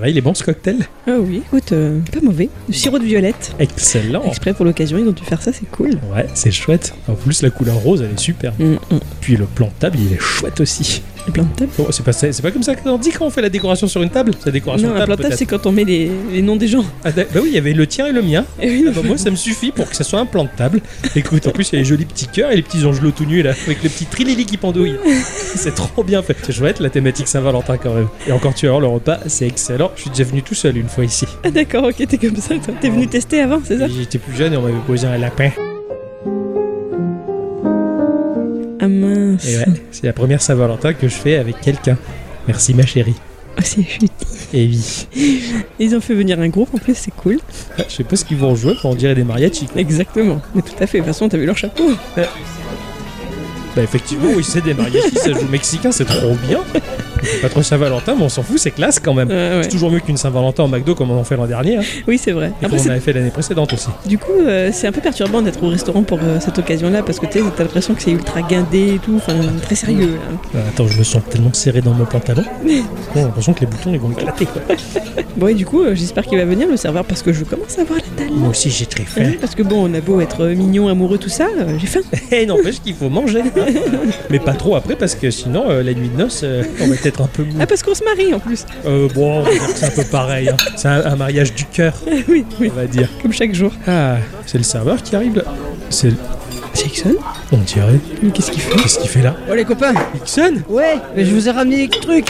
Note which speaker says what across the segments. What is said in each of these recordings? Speaker 1: Ouais, il est bon ce cocktail
Speaker 2: Ah oui, écoute, euh, pas mauvais. Le sirop de violette,
Speaker 1: Excellent
Speaker 2: exprès pour l'occasion, ils ont dû faire ça, c'est cool.
Speaker 1: Ouais, c'est chouette. En plus, la couleur rose, elle est superbe.
Speaker 2: Mm, mm.
Speaker 1: Puis le plan de table, il est chouette aussi.
Speaker 2: Le plan de table
Speaker 1: Oh, c'est pas, ça- c'est pas comme ça qu'on dit quand on fait la décoration sur une table C'est la décoration
Speaker 2: Non,
Speaker 1: de
Speaker 2: un plan
Speaker 1: table,
Speaker 2: de table,
Speaker 1: peut-être.
Speaker 2: c'est quand on met les, les noms des gens.
Speaker 1: Ah, d'a- bah oui, il y avait le tien et le mien.
Speaker 2: Eh oui,
Speaker 1: Ah bah, moi, ça me suffit pour que ça soit un plan de table. Écoute, en plus, il y a les jolis petits cœurs et les petits angelots tout nus, là, avec le petit trilili qui pendouille. C'est trop bien fait. C'est chouette, la thématique Saint-Valentin, quand même. Et encore, tu vas voir, le repas, c'est excellent. Je suis déjà venu tout seul une fois ici.
Speaker 2: Ah d'accord, ok, t'es comme ça, toi. T'es venu tester avant, c'est ça
Speaker 1: J'étais plus jeune et on m'avait posé un lapin.
Speaker 2: Ah mince.
Speaker 1: Et ouais, c'est la première Saint-Valentin que je fais avec quelqu'un. Merci, ma chérie.
Speaker 2: Ah, c'est chute.
Speaker 1: Et oui.
Speaker 2: Ils ont fait venir un groupe en plus, c'est cool.
Speaker 1: Ah, Je sais pas ce qu'ils vont jouer, mais on dirait des mariachis. quoi.
Speaker 2: Exactement, mais tout à fait. De toute façon, t'as vu leur chapeau
Speaker 1: Bah effectivement, oui, c'est des mariachis, ça joue mexicain, c'est trop bien. Pas trop Saint-Valentin, mais on s'en fout, c'est classe quand même.
Speaker 2: Ah, Ouais, ouais.
Speaker 1: C'est toujours mieux qu'une Saint-Valentin en McDo comme on en fait l'an dernier, hein,
Speaker 2: Oui, c'est vrai.
Speaker 1: et
Speaker 2: Après,
Speaker 1: comme on
Speaker 2: c'est-
Speaker 1: avait fait l'année précédente aussi.
Speaker 2: du coup, euh, c'est un peu perturbant d'être au restaurant pour euh, cette occasion-là parce que tu sais, t'as l'impression que c'est ultra guindé et tout, enfin très sérieux. hein. là.
Speaker 1: Euh, attends, je me sens tellement serré dans mon pantalon. Bon, J'ai l'impression que les boutons ils vont éclater. quoi.
Speaker 2: Bon, et du coup, euh, j'espère qu'il va venir le serveur parce que je commence à avoir la dalle.
Speaker 1: Moi aussi j'ai très
Speaker 2: Hein,
Speaker 1: faim.
Speaker 2: Parce que bon, on a beau être euh, mignon, amoureux, tout ça, euh, j'ai faim.
Speaker 1: Et n'empêche qu'il faut manger. hein. Mais pas trop après parce que sinon euh, la nuit de noces, euh, on va être un peu mou.
Speaker 2: Ah, parce qu'on se marie en plus.
Speaker 1: Euh, bon, on va dire que c'est un peu pareil. hein. C'est un, un mariage du cœur,
Speaker 2: oui,
Speaker 1: on
Speaker 2: oui,
Speaker 1: va dire.
Speaker 2: comme chaque jour.
Speaker 1: Ah, c'est le serveur qui arrive là. C'est
Speaker 2: Jackson
Speaker 1: on dirait.
Speaker 2: Mais qu'est-ce qu'il fait
Speaker 1: Qu'est-ce qu'il fait là
Speaker 3: Oh les copains
Speaker 1: Nixon
Speaker 3: Ouais, mais je vous ai ramené des trucs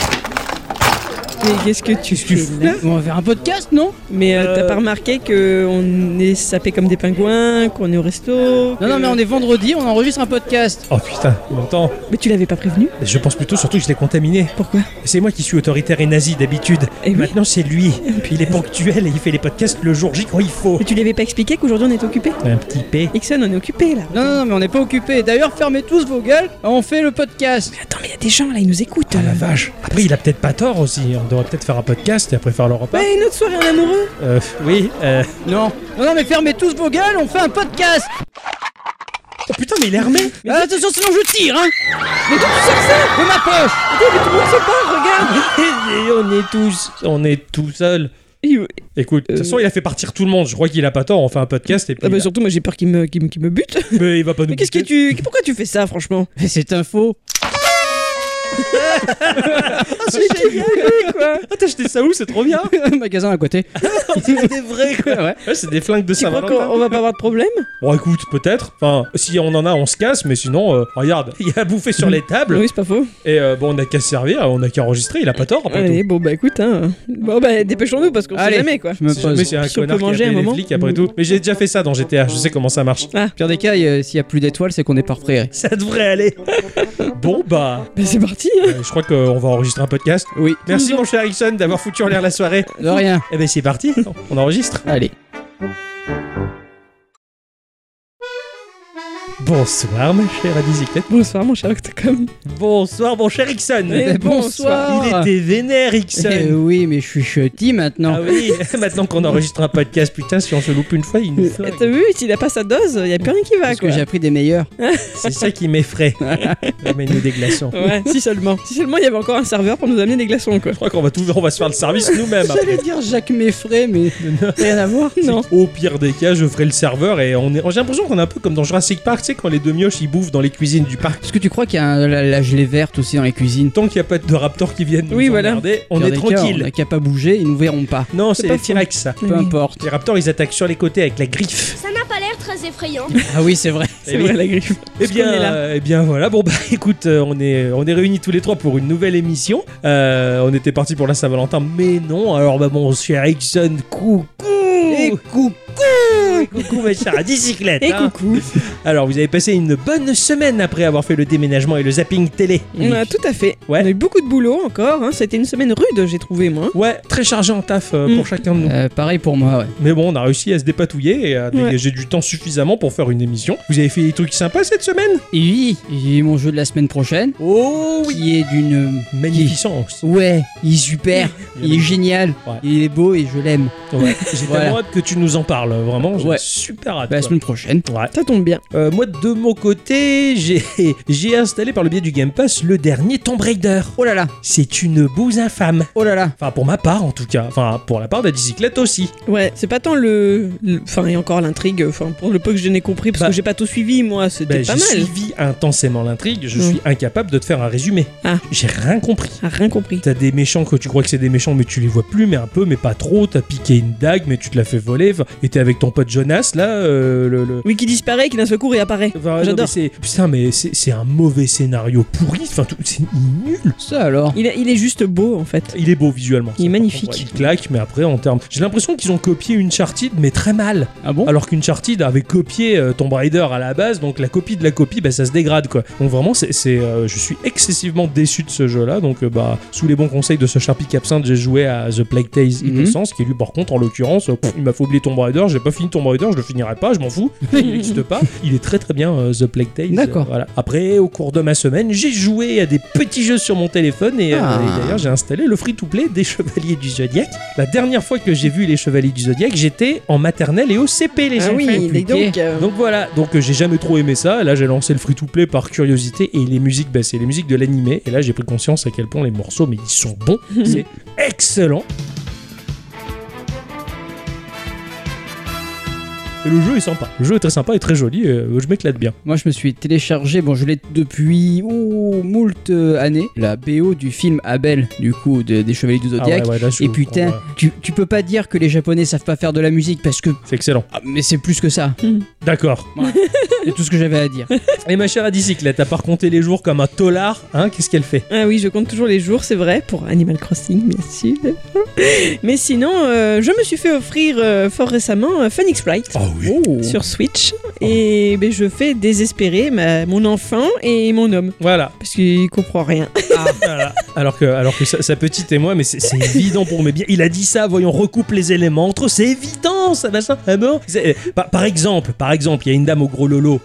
Speaker 2: Mais qu'est-ce que tu
Speaker 1: Qu'est-ce que tu
Speaker 2: fais
Speaker 1: fous
Speaker 2: là
Speaker 3: On va faire un podcast, non
Speaker 2: Mais euh,
Speaker 3: Euh,
Speaker 2: t'as pas remarqué qu'on est sapé comme des pingouins, qu'on est au resto
Speaker 3: Non, non, mais on est vendredi, on enregistre un podcast
Speaker 1: Oh putain, longtemps.
Speaker 2: Mais tu l'avais pas prévenu
Speaker 1: Je pense plutôt surtout que je l'ai contaminé.
Speaker 2: Pourquoi
Speaker 1: C'est moi qui suis autoritaire et nazi d'habitude.
Speaker 2: Eh oui.
Speaker 1: Maintenant c'est lui. Puis il est ponctuel et il fait les podcasts le jour J quand il faut.
Speaker 2: Mais tu l'avais pas expliqué qu'aujourd'hui on est occupé
Speaker 1: Un petit P.
Speaker 2: Ixon, on est occupé là.
Speaker 3: Non, non, non, mais on n'est pas occupé. D'ailleurs, fermez tous vos gueules, on fait le podcast
Speaker 2: Attends, mais y a des gens là, ils nous écoutent. euh.
Speaker 1: Ah la vache. Après il a peut-être pas tort aussi. On devrait peut-être faire un podcast et après faire le repas.
Speaker 2: Ouais, Bah, une autre soirée en amoureux
Speaker 1: Euh, oui. euh.
Speaker 3: Non, non, non, mais fermez tous vos gueules, on fait un podcast
Speaker 1: Oh putain mais il est armé.
Speaker 3: Ah, Attention, sinon je tire, hein Mais d'où tu sors ça De ma poche
Speaker 1: Et Eh, on est tous, on est tout seul.
Speaker 2: Il-
Speaker 1: Écoute, de toute façon, il a fait partir tout le monde. Je crois qu'il a pas tort. On fait un podcast et puis.
Speaker 2: Ah bah
Speaker 1: il a-
Speaker 2: surtout, moi j'ai peur qu'il me, qu'il me- qu'il me bute.
Speaker 1: Mais il va pas nous.
Speaker 2: Mais qu'est-ce que
Speaker 1: quitter.
Speaker 2: tu. Pourquoi tu fais ça franchement
Speaker 3: Mais c'est un faux
Speaker 2: Quoi
Speaker 1: Ah, t'as acheté ça où C'est trop bien.
Speaker 3: magasin à côté.
Speaker 1: C'est vrai quoi.
Speaker 3: ouais.
Speaker 1: Ouais, c'est des flingues de
Speaker 2: Tu crois
Speaker 1: Saint-Valentin.
Speaker 2: qu'on on va pas avoir de problème
Speaker 1: Bon, écoute, peut-être. Enfin, si on en a, on se casse. Mais sinon, euh, regarde, il y a à bouffer sur les tables.
Speaker 2: Oui, c'est pas faux.
Speaker 1: Et euh, bon, on a qu'à se servir. On a qu'à enregistrer. Il a pas tort. Après
Speaker 2: Allez, bon bah écoute, hein. Bon bah dépêchons-nous parce qu'on sait
Speaker 3: Allez.
Speaker 2: jamais quoi.
Speaker 3: Je me
Speaker 1: tout. Si jamais
Speaker 3: pose.
Speaker 1: c'est un
Speaker 2: Si on peut
Speaker 1: connard qui
Speaker 2: manger
Speaker 1: a
Speaker 2: un
Speaker 1: appelé les
Speaker 2: moment.
Speaker 1: flics après tout. Mais j'ai déjà fait ça dans GTA. Je sais comment ça marche.
Speaker 3: Pire des cas, euh, s'il y a plus d'étoiles, c'est qu'on est pas repéré.
Speaker 1: Ça devrait aller. bon bah,
Speaker 2: Bah c'est parti hein.
Speaker 1: euh, je crois qu'on va enregistrer un podcast.
Speaker 3: Oui.
Speaker 1: Merci mon cher Ericsson d'avoir foutu en l'air la soirée.
Speaker 3: De rien.
Speaker 1: Eh ben c'est parti, on enregistre.
Speaker 3: Allez.
Speaker 1: Bonsoir ma chère Adicyclette.
Speaker 2: Bonsoir mon cher Octocom.
Speaker 1: Bonsoir mon cher Ixon.
Speaker 3: Eh, bonsoir.
Speaker 1: Il était vénère
Speaker 3: Eh
Speaker 1: Ixon.
Speaker 3: oui, mais je suis chutty maintenant.
Speaker 1: Ah oui, maintenant qu'on enregistre un podcast, putain, si on se loupe une fois, il nous
Speaker 2: Eh, T'as
Speaker 1: flingue.
Speaker 2: vu, s'il a pas sa dose, y a plus rien qui va
Speaker 3: Parce que
Speaker 2: quoi.
Speaker 3: j'ai appris des meilleurs.
Speaker 1: C'est ça qui m'effraie. Amène-nous des glaçons.
Speaker 2: Ouais, si seulement. Si seulement il y avait encore un serveur pour nous amener des glaçons quoi.
Speaker 1: Je crois qu'on va tout, on va se faire le service nous-mêmes.
Speaker 3: J'allais
Speaker 1: après.
Speaker 3: dire Jacques Meffray, mais rien à voir.
Speaker 2: Non.
Speaker 1: Au pire des cas, je ferai le serveur et on est. J'ai l'impression qu'on est un peu comme dans Jurassic Park, tu sais, quand les deux mioches ils bouffent dans les cuisines du parc.
Speaker 3: Est-ce que tu crois qu'il y a un- la, la gelée verte aussi dans les cuisines
Speaker 1: Tant qu'il n'y a pas de raptors qui viennent nous
Speaker 2: Oui, voilà.
Speaker 1: emmerder, on
Speaker 3: Pire
Speaker 1: est
Speaker 3: des cas,
Speaker 1: tranquille.
Speaker 3: On n'a qu'à pas bouger, ils nous verront pas.
Speaker 1: Non,
Speaker 2: C'est
Speaker 1: c'est
Speaker 2: pas
Speaker 1: les T-Rex ça.
Speaker 3: Peu importe.
Speaker 1: Les raptors ils attaquent sur les côtés avec la griffe.
Speaker 4: Ça n'a pas l'air très effrayant.
Speaker 3: Ah oui, c'est vrai.
Speaker 2: C'est vrai la griffe.
Speaker 1: Eh
Speaker 2: Parce qu'on
Speaker 1: bien,
Speaker 2: est là.
Speaker 1: euh, eh bien voilà. Bon bah écoute, euh, on est on est réunis tous les trois pour une nouvelle émission. Euh, on était parti pour la Saint-Valentin, mais non. Alors bah bon, cher Ericsson, coucou.
Speaker 3: Et coucou
Speaker 1: Et coucou ma chère à bicyclette.
Speaker 2: Et
Speaker 1: hein.
Speaker 2: coucou.
Speaker 1: Alors vous avez passé une bonne semaine après avoir fait le déménagement et le zapping télé.
Speaker 2: On a tout à fait.
Speaker 1: Ouais.
Speaker 2: On a eu beaucoup de boulot encore. Hein. C'était une semaine rude, j'ai trouvé moi.
Speaker 1: Ouais, très chargé en taf euh,
Speaker 2: Mm.
Speaker 1: pour chacun de nous.
Speaker 3: Euh, Pareil pour moi, ouais.
Speaker 1: Mais bon, on a réussi à se dépatouiller et à dégager du temps suffisamment pour faire une émission. Vous avez fait des trucs sympas cette semaine
Speaker 3: Et oui, j'ai mon jeu de la semaine prochaine.
Speaker 1: Oh
Speaker 3: Qui est d'une. euh,
Speaker 1: Magnificence.
Speaker 3: Ouais, il est super, il est génial,
Speaker 1: Ouais.
Speaker 3: il est beau et je l'aime. Bah,
Speaker 1: Ouais, j'ai
Speaker 3: Voilà.
Speaker 1: tellement hâte que tu nous en parles, vraiment. j'ai- ouais.
Speaker 3: Ouais.
Speaker 1: super hâte.
Speaker 3: Bah, la
Speaker 1: quoi.
Speaker 3: semaine prochaine.
Speaker 1: Ouais.
Speaker 2: Ça tombe bien.
Speaker 1: Euh, moi, de mon côté, j'ai j'ai installé par le biais du Game Pass le dernier Tomb Raider.
Speaker 3: Oh là là,
Speaker 1: C'est une bouse infâme.
Speaker 3: oh là là.
Speaker 1: Enfin, pour ma part en tout cas. Enfin, pour la part de la bicyclette aussi.
Speaker 2: Ouais, c'est pas tant le. le- Enfin, et encore l'intrigue, enfin, pour le peu que je n'ai compris, parce
Speaker 1: Bah-
Speaker 2: que j'ai pas tout suivi, moi, c'était
Speaker 1: Ben,
Speaker 2: pas
Speaker 1: j'ai
Speaker 2: mal.
Speaker 1: suivi intensément l'intrigue, je
Speaker 2: Mm.
Speaker 1: suis incapable de te faire un résumé.
Speaker 2: Ah.
Speaker 1: J'ai rien compris.
Speaker 2: Ah, rien compris.
Speaker 1: T'as des méchants que tu crois que c'est des méchants, mais tu les vois plus, mais un peu, mais pas trop. T'as piqué une dague, mais tu te l'as fait voler. Enfin, Et t'es avec ton pote Jonas, là, euh, le. le-
Speaker 2: Oui, qui disparaît, qui d'un seul coup réapparaît.
Speaker 1: Enfin, non,
Speaker 2: J'adore.
Speaker 1: mais c'est- Putain, mais c'est c'est un mauvais scénario pourri. Enfin, tout- c'est nul.
Speaker 3: Ça alors.
Speaker 2: Il, a- il est juste beau, en fait.
Speaker 1: Il est beau visuellement.
Speaker 2: Il est
Speaker 1: ça, par
Speaker 2: magnifique.
Speaker 1: contre, ouais, il claque, mais après, en termes. J'ai l'impression qu'ils ont copié une Uncharted, mais très mal.
Speaker 3: Ah bon
Speaker 1: Alors qu'Uncharted avait copié euh, Tomb Raider à la base, donc la copie de la copie, bah, ça se dégrade quoi. Donc vraiment, c'est, c'est, euh, je suis excessivement déçu de ce jeu-là. Donc euh, bah, sous les bons conseils de ce Sharpie Capsinthe, j'ai joué à The Plague Tales
Speaker 3: Mhm.
Speaker 1: Innocence, qui lui par contre en l'occurrence, euh, pff, il m'a fait oublier Tomb Raider, j'ai pas fini Tomb Raider, je le finirai pas, je m'en fous, il n'existe pas. Il est très très bien euh, The Plague Tales.
Speaker 3: D'accord.
Speaker 1: Euh, voilà. Après, au cours de ma semaine, j'ai joué à des petits jeux sur mon téléphone et, euh,
Speaker 3: Ah.
Speaker 1: et d'ailleurs j'ai installé le free-to-play des Chevaliers du Zodiac. La dernière fois que j'ai vu les Chevaliers du Zodiac, j'étais en maternelle et au CP les
Speaker 2: ah
Speaker 1: enfants.
Speaker 2: oui,
Speaker 1: Putain.
Speaker 2: dis donc. euh,
Speaker 1: Donc voilà, donc euh, j'ai jamais trop aimé ça. Là, j'ai lancé le free-to-play par curiosité et les musiques, bah, c'est les musiques de l'animé. Et là, j'ai pris conscience à quel point les morceaux, mais ils sont bons, c'est excellent. Et le jeu est sympa. Le jeu est très sympa et très joli. euh, je m'éclate bien.
Speaker 3: Moi, je me suis téléchargé, bon, je l'ai depuis oh, moult euh, années, la BO du film Abel, du coup, de- des Chevaliers du
Speaker 1: Ah
Speaker 3: Zodiac.
Speaker 1: ouais, ouais, là, je-
Speaker 3: Et putain,
Speaker 1: ouais,
Speaker 3: tu, tu peux pas dire que les Japonais savent pas faire de la musique parce que.
Speaker 1: c'est excellent.
Speaker 3: Ah, mais c'est plus que ça.
Speaker 1: D'accord.
Speaker 3: C'est tout ce que j'avais à dire.
Speaker 1: Et ma chère Adicyclette, à part compter les jours comme un tolard, hein, qu'est-ce qu'elle fait
Speaker 2: Ah oui, je compte toujours les jours, c'est vrai, pour Animal Crossing, bien sûr. Mais sinon, euh, je me suis fait offrir euh, fort récemment euh, Phoenix Wright.
Speaker 3: Oh.
Speaker 2: Sur Switch, et ben, je fais désespérer ma- mon enfant et mon homme
Speaker 1: Voilà.
Speaker 2: parce qu'il comprend rien.
Speaker 1: Voilà. Alors que, alors que sa, sa petite et moi, mais c'est c'est évident pour mes biens. Il a dit ça, voyons, recoupe les éléments entre eux, c'est évident, ça machin. Ah bon C'est- euh, par, par exemple, par exemple, il y a une dame au gros lolo.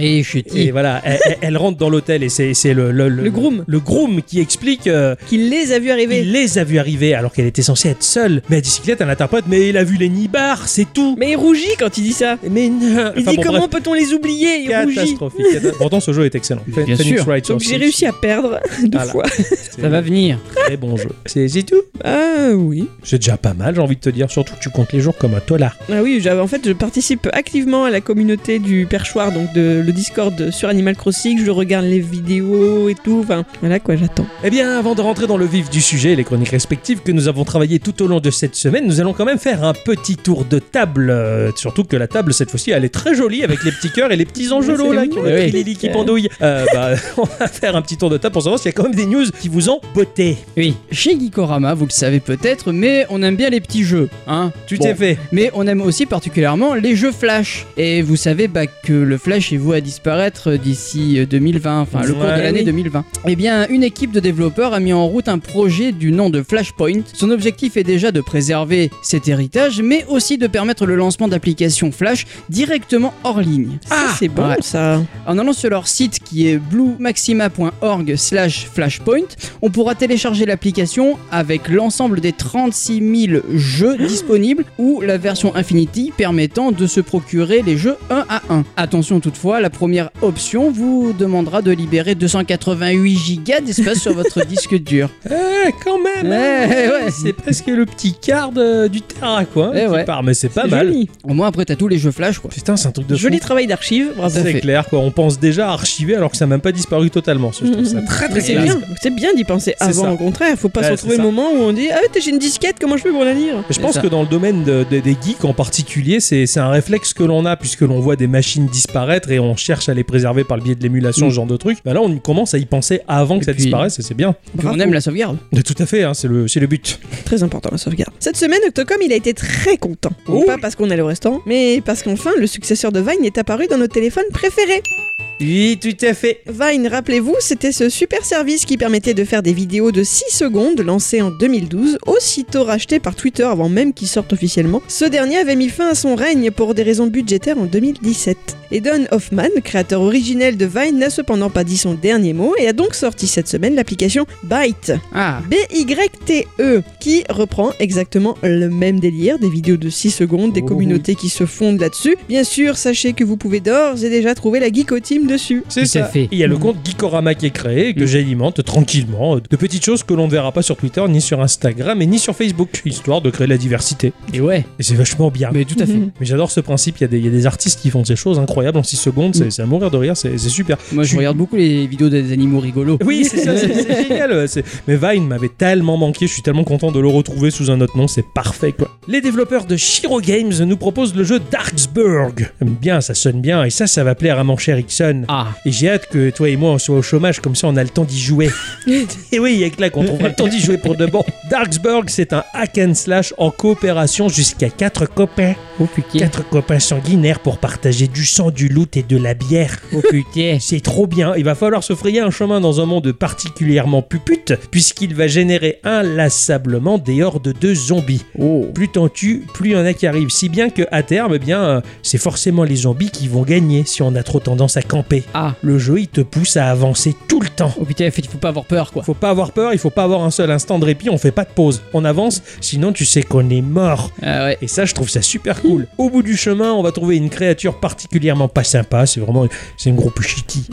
Speaker 3: Et je
Speaker 1: Et
Speaker 3: dis.
Speaker 1: voilà, elle, elle- elle rentre dans l'hôtel et c'est c'est le, le,
Speaker 2: Le groom.
Speaker 1: le groom qui explique euh,
Speaker 2: Qu'il les a vus arriver.
Speaker 1: il les a vus arriver alors qu'elle était censée être seule. Mais à bicyclette, elle interprète, mais il a vu les nibards, c'est tout.
Speaker 2: Mais il rougit quand il dit ça.
Speaker 1: Mais non.
Speaker 2: euh, Il
Speaker 1: Enfin,
Speaker 2: dit
Speaker 1: bon,
Speaker 2: comment
Speaker 1: bref,
Speaker 2: peut-on les oublier Il rougit.
Speaker 1: catastrophique. cata- Pourtant, ce jeu est excellent.
Speaker 3: Bien
Speaker 1: Phoenix
Speaker 3: sûr.
Speaker 1: Wright sur
Speaker 2: Donc j'ai
Speaker 1: Switch,
Speaker 2: réussi à perdre deux
Speaker 1: Voilà.
Speaker 2: fois.
Speaker 1: c'est
Speaker 3: Ça va venir.
Speaker 1: un Très bon jeu. C'est c'est tout.
Speaker 2: Ah oui.
Speaker 1: C'est déjà pas mal, j'ai envie de te dire. Surtout que tu comptes les jours comme un tolard.
Speaker 2: Ah oui, j'avais- en fait, je participe activement à la communauté du perchoir, donc de, le Discord sur Animal Crossing. Je regarde les vidéos et tout. Enfin, voilà quoi, j'attends.
Speaker 1: Eh bien, avant de rentrer dans le vif du sujet et les chroniques respectives que nous avons travaillées tout au long de cette semaine, nous allons quand même faire un petit tour de table. euh, surtout que la table, cette fois-ci, elle est très jolie avec les petits cœurs et les petits angelots
Speaker 2: C'est
Speaker 1: là qui ont le
Speaker 3: mignon.
Speaker 1: trilili qui pendouille. Euh, bah, on va faire un petit tour de table pour savoir s'il y a quand même des news qui vous ont botté.
Speaker 3: Oui. Chez Gikorama, vous le savez peut-être, mais on aime bien les petits jeux. Hein
Speaker 1: Tu
Speaker 3: Bon.
Speaker 1: t'es fait.
Speaker 3: Mais on aime aussi particulièrement les jeux Flash. Et vous savez bah, que le Flash est voué à disparaître d'ici euh, 2020, enfin le cours
Speaker 1: Ouais.
Speaker 3: de l'année
Speaker 2: Oui.
Speaker 3: 2020. Eh bien, une équipe de développeurs a mis en route un projet du nom de Flashpoint. Son objectif est déjà de préserver cet héritage, mais aussi de permettre le lancement d'applications Flash directement hors ligne.
Speaker 2: Ah, c'est bon
Speaker 3: ouais.
Speaker 2: ça.
Speaker 3: En allant sur leur site qui est bluemaxima.org slash flashpoint, on pourra télécharger l'application avec l'ensemble des 36 000 jeux disponibles ou la version Infinity permettant de se procurer les jeux un à un. Attention toutefois, la première option vous demandera de libérer 288 gigas d'espace sur votre disque dur.
Speaker 1: Eh, quand même. hein.
Speaker 3: Eh, ouais.
Speaker 1: C'est presque le petit quart de- du terrain, quoi. hein,
Speaker 3: Eh
Speaker 1: qui
Speaker 3: ouais.
Speaker 1: part, mais c'est pas
Speaker 2: C'est
Speaker 1: mal.
Speaker 2: joli.
Speaker 3: Au moins après t'as tous les jeux flash quoi.
Speaker 1: Putain, c'est un truc de fou.
Speaker 2: Joli travail d'archives, bravo.
Speaker 3: Tout à
Speaker 1: C'est
Speaker 3: fait.
Speaker 1: clair, quoi. On pense déjà à archiver alors que ça n'a même pas disparu totalement. Ça, je trouve ça très
Speaker 2: Mais
Speaker 1: très
Speaker 2: c'est
Speaker 1: clair.
Speaker 2: bien, c'est bien d'y penser
Speaker 1: C'est
Speaker 2: avant,
Speaker 1: ça.
Speaker 2: au contraire. Faut pas
Speaker 1: Ouais,
Speaker 2: se
Speaker 1: c'est
Speaker 2: retrouver
Speaker 1: ça.
Speaker 2: le moment où on dit Ah, t'as- j'ai une disquette, comment je fais pour la lire
Speaker 1: Je
Speaker 3: C'est
Speaker 1: pense
Speaker 3: ça.
Speaker 1: que dans le domaine de- de- des geeks en particulier, c'est c'est un réflexe que l'on a puisque l'on voit des machines disparaître et on cherche à les préserver par le biais de l'émulation,
Speaker 3: Mm.
Speaker 1: ce genre de truc. Bah là, on commence à y penser avant que
Speaker 3: Et
Speaker 1: ça
Speaker 3: puis-
Speaker 1: disparaisse et c'est bien.
Speaker 3: Puis on
Speaker 2: Bravo.
Speaker 3: aime la sauvegarde.
Speaker 1: Mais tout à fait, hein, c'est le, c'est le but.
Speaker 2: Très important la sauvegarde. Cette semaine, Octocom, il a été très content. Non
Speaker 1: Oh
Speaker 2: pas parce qu'on allait au restaurant, mais parce qu'enfin, le successeur de Vine est apparu dans nos téléphones préférés.
Speaker 1: Oui, tout à fait.
Speaker 2: Vine, rappelez-vous, c'était ce super service qui permettait de faire des vidéos de 6 secondes lancé en 2012, aussitôt racheté par Twitter avant même qu'il sorte officiellement. Ce dernier avait mis fin à son règne pour des raisons budgétaires en 2017. Et Don Hoffman, créateur originel de Vine, n'a cependant pas dit son dernier mot et a donc sorti cette semaine l'application Byte,
Speaker 3: Ah,
Speaker 2: B-Y-T-E, E, qui reprend exactement le même délire, des vidéos de 6 secondes, des
Speaker 1: Oh.
Speaker 2: communautés qui se fondent là-dessus. Bien sûr, sachez que vous pouvez d'ores et déjà trouver la Geekotime dessus.
Speaker 1: C'est
Speaker 3: Tout
Speaker 1: ça.
Speaker 3: à fait.
Speaker 1: Et Il y a le compte Geekorama qui est créé, et que
Speaker 3: Mm.
Speaker 1: j'alimente tranquillement, euh, de petites choses que l'on ne verra pas sur Twitter, ni sur Instagram, et ni sur Facebook, histoire de créer la diversité.
Speaker 3: et ouais,
Speaker 1: Et c'est vachement bien. Mais,
Speaker 3: mais tout à fait.
Speaker 2: Mhm.
Speaker 1: j'adore ce principe, il y, a des- il y a des artistes qui font des choses incroyables en 6 secondes,
Speaker 3: Mm.
Speaker 1: c'est c'est à mourir de rire, c'est c'est super.
Speaker 3: Moi, je regarde beaucoup les vidéos des animaux rigolos.
Speaker 1: Oui, c'est ça, c'est c'est génial. ouais, c'est- Mais Vine m'avait tellement manqué, je suis tellement content de le retrouver sous un autre nom, c'est parfait quoi. Les développeurs de Shiro Games nous proposent le jeu Darksburg. Bien, ça sonne bien, et ça, ça va plaire à mon cher Ixon.
Speaker 3: Ah,
Speaker 1: Et j'ai hâte que toi et moi on soit au chômage, comme ça on a le temps d'y jouer. et oui, avec là qu'on trouvera le temps d'y jouer pour de bon. Darksburg, c'est un hack and slash en coopération jusqu'à 4 copains.
Speaker 3: oh putain.
Speaker 1: Quatre copains sanguinaires pour partager du sang, du loot et de la bière.
Speaker 3: Oh putain.
Speaker 1: C'est trop bien, il va falloir se frayer un chemin dans un monde particulièrement pupute, puisqu'il va générer inlassablement des hordes de zombies.
Speaker 3: Oh.
Speaker 1: Plus t'en tues, plus il y en a qui arrivent. Si bien que à terme, eh bien, euh, c'est forcément les zombies qui vont gagner si on a trop tendance à camper.
Speaker 3: Ah.
Speaker 1: Le jeu, il te pousse à avancer tout le temps.
Speaker 3: Oh putain, il faut pas avoir peur, quoi.
Speaker 1: Faut pas avoir peur, il faut pas avoir un seul instant de répit, on fait pas de pause. On avance, sinon tu sais qu'on est mort.
Speaker 3: Ah ouais.
Speaker 1: Et ça, je trouve ça super cool. Au bout du chemin, on va trouver une créature particulièrement pas sympa. C'est vraiment, c'est une gros chiti.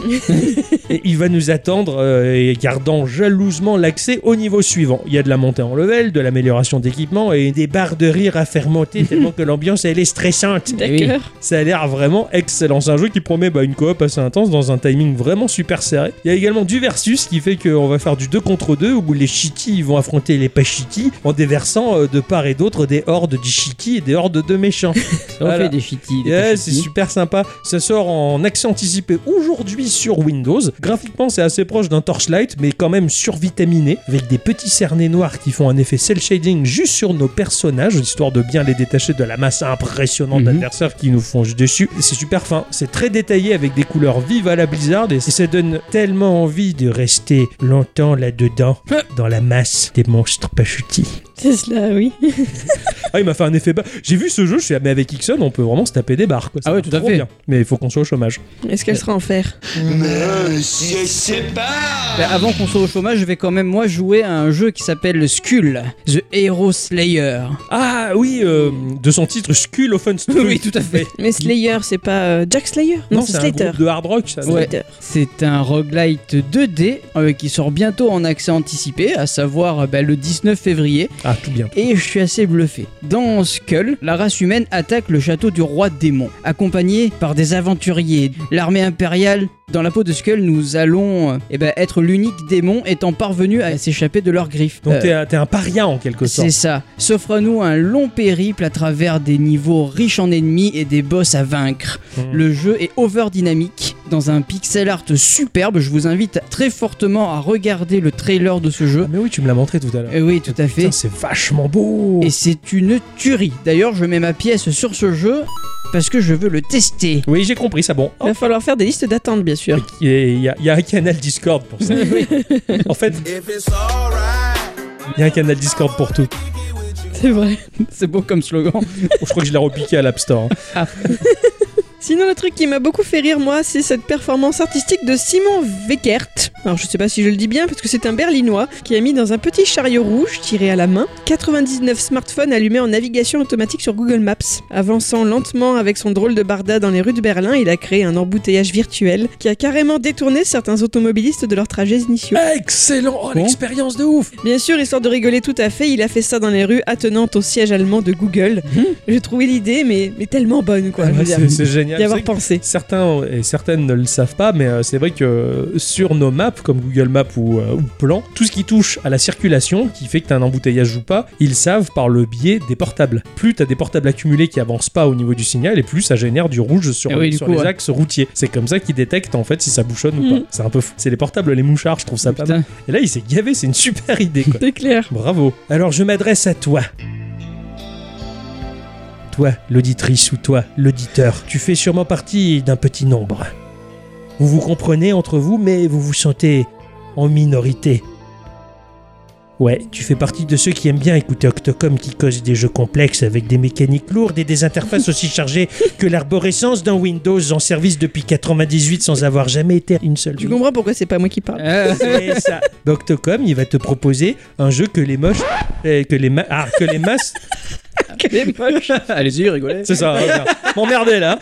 Speaker 1: et il va nous attendre, euh, et gardant jalousement l'accès au niveau suivant. Il y a de la montée en level, de l'amélioration d'équipement et des barres de rire à faire monter tellement que l'ambiance elle est stressante.
Speaker 3: Eh oui.
Speaker 1: Ça a l'air vraiment excellent. C'est un jeu qui promet bah, une coop assez intense dans un timing vraiment super serré. Il y a également du versus qui fait qu'on va faire du 2 contre 2 où les shitty ils vont affronter les pas shitty en déversant euh, de part et d'autre des hordes de shitty et des hordes de méchants.
Speaker 3: Ça en
Speaker 1: Voilà.
Speaker 3: fait des shitty. des
Speaker 1: Yeah,
Speaker 3: pas
Speaker 1: c'est
Speaker 3: shitty.
Speaker 1: super sympa. Ça sort en accès anticipé aujourd'hui sur Windows. Graphiquement, c'est assez proche d'un Torchlight, mais quand même survitaminé, avec des petits cernets noirs qui font un effet cel shading juste sur nos personnages, histoire de bien les détacher de la masse impressionnante
Speaker 3: Mhm.
Speaker 1: d'adversaires qui nous fongent dessus. C'est super fin, c'est très détaillé avec des couleurs vives à la Blizzard et ça donne tellement envie de rester longtemps là-dedans,
Speaker 3: Hein
Speaker 1: dans la masse des monstres pachutis.
Speaker 2: C'est cela, oui.
Speaker 1: Ah, il m'a fait un effet bas. J'ai vu ce jeu, je suis ah, mais avec Ixon, on peut vraiment se taper des barres. Quoi. Ça
Speaker 3: Ah ouais,
Speaker 1: va
Speaker 3: tout à
Speaker 1: trop
Speaker 3: fait.
Speaker 1: bien. Mais il faut qu'on soit au chômage.
Speaker 2: Est-ce qu'elle sera en fer
Speaker 4: je sais pas.
Speaker 3: Bah, avant qu'on soit au chômage, je vais quand même moi jouer à un jeu qui s'appelle Skull, The Hero Slayer.
Speaker 1: Ah oui, euh, de son titre Skull Offenstone.
Speaker 3: Oui, tout à fait.
Speaker 2: Mais Slayer, c'est pas euh, Jack Slayer Non,
Speaker 1: Non,
Speaker 2: c'est
Speaker 1: c'est un
Speaker 2: Slater.
Speaker 1: groupe de hard rock, ça. non
Speaker 3: Ouais.
Speaker 2: Slater.
Speaker 3: C'est un roguelite 2D euh, qui sort bientôt en accès anticipé, à savoir euh, bah, le 19 février.
Speaker 1: Ah, tout bien.
Speaker 3: et je suis assez bluffé. Dans Skull, la race humaine attaque le château du roi démon, accompagné par des aventuriers, l'armée impériale. Dans la peau de Skull, nous allons euh, eh ben, être l'unique démon étant parvenu à s'échapper de leurs griffes.
Speaker 1: Donc
Speaker 3: Euh,
Speaker 1: t'es un- t'es un paria en quelque sorte.
Speaker 3: c'est ça. S'offre à nous un long périple à travers des niveaux riches en ennemis et des boss à vaincre.
Speaker 1: Mm.
Speaker 3: Le jeu est over dynamique, dans un pixel art superbe. Je vous invite très fortement à regarder le trailer de ce jeu.
Speaker 1: Ah, mais oui, tu me l'as montré tout à l'heure.
Speaker 3: Euh, oui, tout à fait.
Speaker 1: Putain, c'est vachement beau.
Speaker 3: Et c'est une tuerie. D'ailleurs, je mets ma pièce sur ce jeu parce que je veux le tester.
Speaker 1: Oui, j'ai compris ça. Bon.
Speaker 3: Euh,
Speaker 2: Il va falloir faire des listes d'attente, bien sûr.
Speaker 1: Et Il y, a- il y a un canal Discord pour ça. en fait,
Speaker 4: If it's alright,
Speaker 1: il y a un canal Discord pour tout.
Speaker 2: C'est vrai.
Speaker 3: C'est beau comme slogan.
Speaker 1: Je crois que je l'ai repiqué à l'App Store.
Speaker 2: Sinon, le truc qui m'a beaucoup fait rire, moi, c'est cette performance artistique de Simon Weckert. Alors, je sais pas si je le dis bien, parce que c'est un berlinois qui a mis dans un petit chariot rouge tiré à la main 99 smartphones allumés en navigation automatique sur Google Maps. Avançant lentement avec son drôle de barda dans les rues de Berlin, il a créé un embouteillage virtuel qui a carrément détourné certains automobilistes de leurs trajets initiaux.
Speaker 1: Excellent. Oh,
Speaker 3: Bon.
Speaker 1: l'expérience de ouf.
Speaker 2: Bien sûr, histoire de rigoler tout à fait, il a fait ça dans les rues attenantes au siège allemand de Google.
Speaker 3: Mhm.
Speaker 2: J'ai trouvé l'idée, mais, mais tellement bonne, quoi.
Speaker 1: Hmm. Ah,
Speaker 2: je veux dire,
Speaker 1: c'est c'est génial.
Speaker 2: d'y
Speaker 1: C'est
Speaker 2: avoir pensé.
Speaker 1: Certains et certaines ne le savent pas, mais euh, c'est vrai que euh, sur nos maps, comme Google Maps ou, euh, ou Plan, tout ce qui touche à la circulation, qui fait que t'as un embouteillage ou pas, ils savent par le biais des portables. Plus t'as des portables accumulés qui avancent pas au niveau du signal, et plus ça génère du rouge sur,
Speaker 3: Eh oui, du
Speaker 1: sur
Speaker 3: coup,
Speaker 1: les
Speaker 3: ouais.
Speaker 1: axes routiers. C'est comme ça qu'ils détectent en fait si ça bouchonne ou
Speaker 2: Mhm.
Speaker 1: pas. C'est un peu fou. C'est les portables, les mouchards, je trouve ça pas mal.
Speaker 3: Putain.
Speaker 1: Et là, il s'est gavé, c'est une super idée quoi.
Speaker 2: C'est clair.
Speaker 1: Bravo. Alors je m'adresse à toi. Toi, l'auditrice ou toi, l'auditeur, tu fais sûrement partie d'un petit nombre. Vous vous comprenez entre vous, mais vous vous sentez en minorité. Ouais, tu fais partie de ceux qui aiment bien écouter Octocom qui cause des jeux complexes avec des mécaniques lourdes et des interfaces aussi chargées que l'arborescence d'un Windows en service depuis 98 sans avoir jamais été une seule.
Speaker 2: Tu comprends pourquoi c'est pas moi qui parle
Speaker 3: Euh,
Speaker 1: C'est ça. Octocom, il va te proposer un jeu que les moches, euh, que les ma- ah, que les masses,
Speaker 3: Allez-y, rigolez.
Speaker 1: c'est ça. regarde. M'emmerdez là.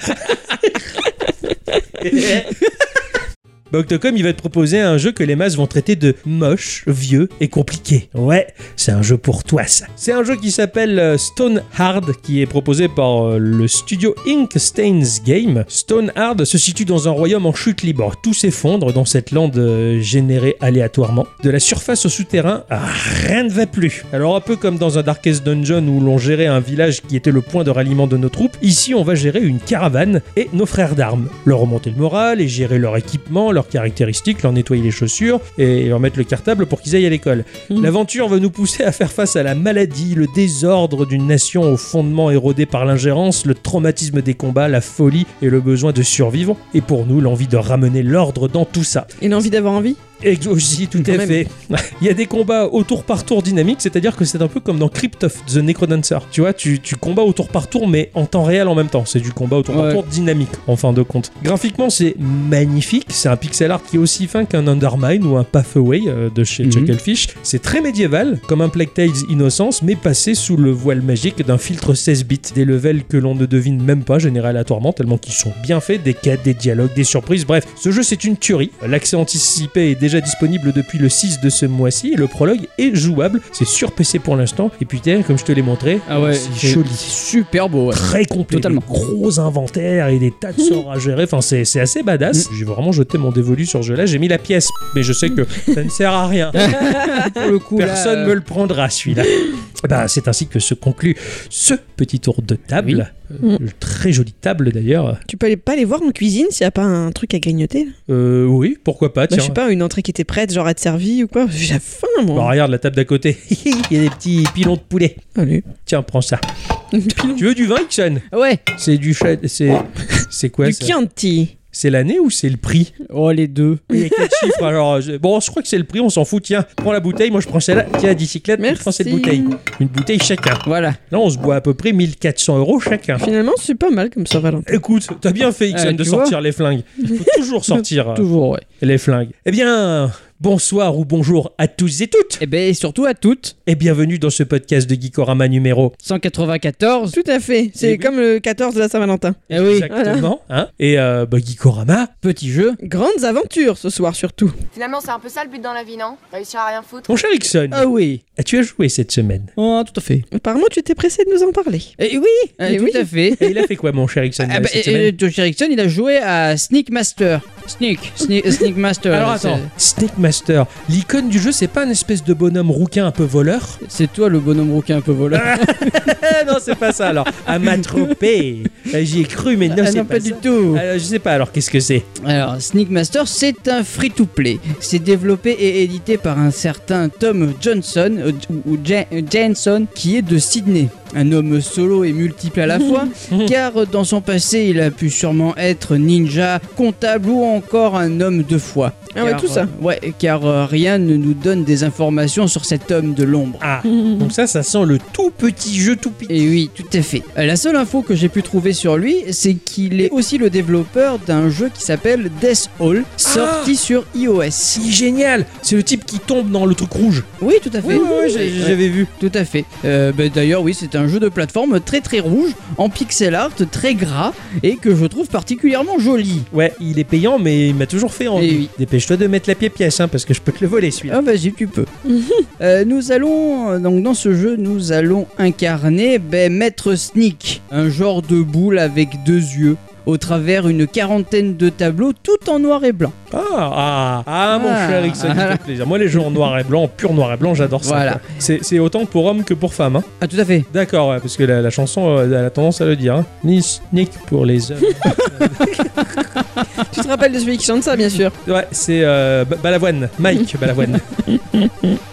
Speaker 1: Bah, Octocom, il va te proposer un jeu que les masses vont traiter de moche, vieux et compliqué. Ouais, c'est un jeu pour toi, ça. C'est un jeu qui s'appelle euh, Stone Hard, qui est proposé par euh, le studio Ink Stains Game. Stone Hard se situe dans un royaume en chute libre. Tout s'effondre dans cette lande euh, générée aléatoirement. De la surface au souterrain, ah, rien ne va plus. Alors, un peu comme dans un Darkest Dungeon où l'on gérait un village qui était le point de ralliement de nos troupes, ici on va gérer une caravane et nos frères d'armes. Leur remonter le moral et gérer leur équipement, leurs caractéristiques, leur nettoyer les chaussures et leur mettre le cartable pour qu'ils aillent à l'école.
Speaker 2: Mm.
Speaker 1: L'aventure va nous pousser à faire face à la maladie, le désordre d'une nation au fondement érodé par l'ingérence, le traumatisme des combats, la folie et le besoin de survivre, et pour nous l'envie de ramener l'ordre dans tout ça.
Speaker 2: Il a envie d'avoir envie
Speaker 1: Ex- aussi, tout
Speaker 2: Quand
Speaker 1: à
Speaker 2: même.
Speaker 1: fait. Il y a des combats au tour par tour dynamiques, c'est-à-dire que c'est un peu comme dans Crypt of the Necrodancer. Tu vois, tu, tu combats au tour par tour, mais en temps réel en même temps. C'est du combat au tour par
Speaker 3: Ouais.
Speaker 1: tour dynamique, en fin de compte. Graphiquement, c'est magnifique. C'est un pixel art qui est aussi fin qu'un Undermine ou un Pathaway euh, de chez
Speaker 3: Mhm.
Speaker 1: Chucklefish. C'est très médiéval, comme un Plague Tales Innocence, mais passé sous le voile magique d'un filtre 16 bits. Des levels que l'on ne devine même pas, généralement aléatoirement, tellement qu'ils sont bien faits, des quêtes, des dialogues, des surprises. Bref, ce jeu, c'est une tuerie. L'accès anticipé est déjà disponible depuis le 6 de ce mois-ci et le prologue est jouable. C'est sur PC pour l'instant. Et puis, derrière, comme je te l'ai montré,
Speaker 3: Ah ouais,
Speaker 1: c'est joli.
Speaker 3: Super beau, ouais.
Speaker 1: Très complet,
Speaker 3: Totalement.
Speaker 1: des gros inventaires et des tas de sorts à gérer. Enfin, c'est c'est assez
Speaker 3: Mm.
Speaker 1: badass. J'ai vraiment jeté mon dévolu sur ce jeu-là. J'ai mis la pièce, mais je sais que ça ne sert à rien.
Speaker 3: Ah, Pour le coup,
Speaker 1: Personne
Speaker 3: là,
Speaker 1: me le prendra celui-là. Eh ben, c'est ainsi que se conclut ce petit tour de table.
Speaker 2: Oui. Mm.
Speaker 1: Euh, Très jolie table d'ailleurs.
Speaker 2: Tu peux aller- pas les voir en cuisine s'il n'y a pas un truc à grignoter là
Speaker 1: Euh, oui, pourquoi pas,
Speaker 2: bah, Je
Speaker 1: tiens.
Speaker 2: sais pas, une entrée qui était prête, genre à être servie ou quoi J'ai faim
Speaker 1: Bon,
Speaker 2: moi
Speaker 1: Bah, regarde la table d'à côté. Il y a des petits pilons de poulet.
Speaker 2: Allez.
Speaker 1: Tiens, prends ça. Tu veux du vin, Ixon
Speaker 3: euh, Ouais.
Speaker 1: C'est du chad- C'est c'est quoi
Speaker 2: du
Speaker 1: ça
Speaker 2: Chianti
Speaker 1: C'est l'année ou c'est le prix
Speaker 3: Oh, les deux.
Speaker 1: Il y a quatre chiffres. Alors, euh, je- bon, je crois que c'est le prix. On s'en fout. Tiens, prends la bouteille. Moi, je prends celle-là. Tiens, bicyclette.
Speaker 2: Merci.
Speaker 1: Prends cette bouteille. Une bouteille chacun.
Speaker 3: Voilà.
Speaker 1: Là, on se boit à peu près 1400 euros chacun.
Speaker 2: Finalement, c'est pas mal comme ça, Valentin.
Speaker 1: Écoute, t'as bien fait, Ixon,
Speaker 3: Euh,
Speaker 1: de
Speaker 3: tu
Speaker 1: sortir les flingues. Faut toujours sortir euh,
Speaker 3: Toujours, ouais.
Speaker 1: les flingues. Eh bien, bonsoir ou bonjour à tous et toutes.
Speaker 3: Et ben, surtout à toutes,
Speaker 1: Et bienvenue dans ce podcast de Geekorama numéro.
Speaker 3: 194.
Speaker 2: Tout à fait.
Speaker 1: Eh
Speaker 2: C'est
Speaker 3: Et oui.
Speaker 2: comme le 14 de la Saint-Valentin.
Speaker 3: Eh oui,
Speaker 1: Exactement. hein. et euh, bah, Geekorama,
Speaker 3: petit jeu.
Speaker 1: Mm.
Speaker 2: Grandes aventures ce soir, surtout.
Speaker 5: Finalement, c'est un peu ça le but dans la vie, non Réussir à rien foutre.
Speaker 1: mon cher Ixon,
Speaker 3: Ah oui.
Speaker 1: tu as joué cette semaine.
Speaker 3: Oh, tout à fait.
Speaker 2: Apparemment, tu étais pressé de nous en parler.
Speaker 3: Et oui,
Speaker 2: Eh
Speaker 3: tout
Speaker 2: oui.
Speaker 3: à fait.
Speaker 1: Et il a fait quoi, mon cher Ixon,
Speaker 3: Ah
Speaker 1: euh,
Speaker 3: bah,
Speaker 1: cette
Speaker 3: et-
Speaker 1: semaine
Speaker 3: et Josh Erickson, il a joué à Sneak Master. Sneak, Sneak, Sneak Master.
Speaker 1: Alors attends, Snake Master, l'icône du jeu, c'est pas un espèce de bonhomme rouquin un peu voleur
Speaker 3: C'est c'est toi le bonhomme rouquin un peu voleur.
Speaker 1: Eh Non, c'est pas ça alors. À m'attroper. J'y ai cru, mais non,
Speaker 3: Ah
Speaker 1: c'est
Speaker 3: non,
Speaker 1: pas,
Speaker 3: pas du
Speaker 1: ça.
Speaker 3: tout.
Speaker 1: Alors, je sais pas, alors qu'est-ce que c'est
Speaker 3: Alors, Sneak Master, c'est un free-to-play. C'est développé et édité par un certain Tom Johnson, euh, ou, ou Ja- euh, Janson, qui est de Sydney. Un homme solo et multiple à la fois, car euh, dans son passé, il a pu sûrement être ninja, comptable ou encore un homme de foi.
Speaker 2: Ah ouais,
Speaker 3: Car,
Speaker 2: tout ça.
Speaker 3: euh, ouais, car euh, rien ne nous donne des informations sur cet homme de l'ombre.
Speaker 1: Ah, donc ça, ça sent le tout petit jeu tout petit.
Speaker 3: Mhm. Et oui, tout à fait. Euh, La seule info que j'ai pu trouver sur lui, c'est qu'il est aussi le développeur d'un jeu qui s'appelle Death Hall, sorti sur iOS.
Speaker 1: Si génial C'est le type qui tombe dans le truc rouge.
Speaker 3: Oui, tout à fait. Ouais,
Speaker 1: vu.
Speaker 3: Tout à fait. Euh, bah, D'ailleurs, oui, c'est un jeu de plateforme très très rouge, en pixel art, très gras, et que je trouve particulièrement joli.
Speaker 1: Ouais, il est payant, mais il m'a toujours fait envie.
Speaker 3: Eh oui.
Speaker 1: Dépêche-toi de mettre la pièce, hein, parce que je peux te le voler celui-là.
Speaker 3: Ah vas-y, tu peux. Euh, nous allons, euh, donc dans ce jeu, nous allons incarner ben, Maître Sneak, un genre de boule avec deux yeux, au travers une quarantaine de tableaux, tout en noir et blanc.
Speaker 1: Ah, ah, ah, mon
Speaker 3: Ah,
Speaker 1: cher Ixon,
Speaker 3: voilà.
Speaker 1: ça fait plaisir. Moi, les jeux en noir et blanc, en pur noir et blanc, j'adore ça.
Speaker 3: Voilà.
Speaker 1: quoi. C'est c'est autant pour hommes que pour femmes. hein.
Speaker 3: Ah tout à fait.
Speaker 1: D'accord, ouais, parce que la, la chanson, euh, elle a tendance à le dire. hein. Ni sneak pour les hommes.
Speaker 2: tu te rappelles de celui qui chante ça, bien sûr.
Speaker 1: ouais, c'est euh, Ba- Balavoine. Mike Balavoine.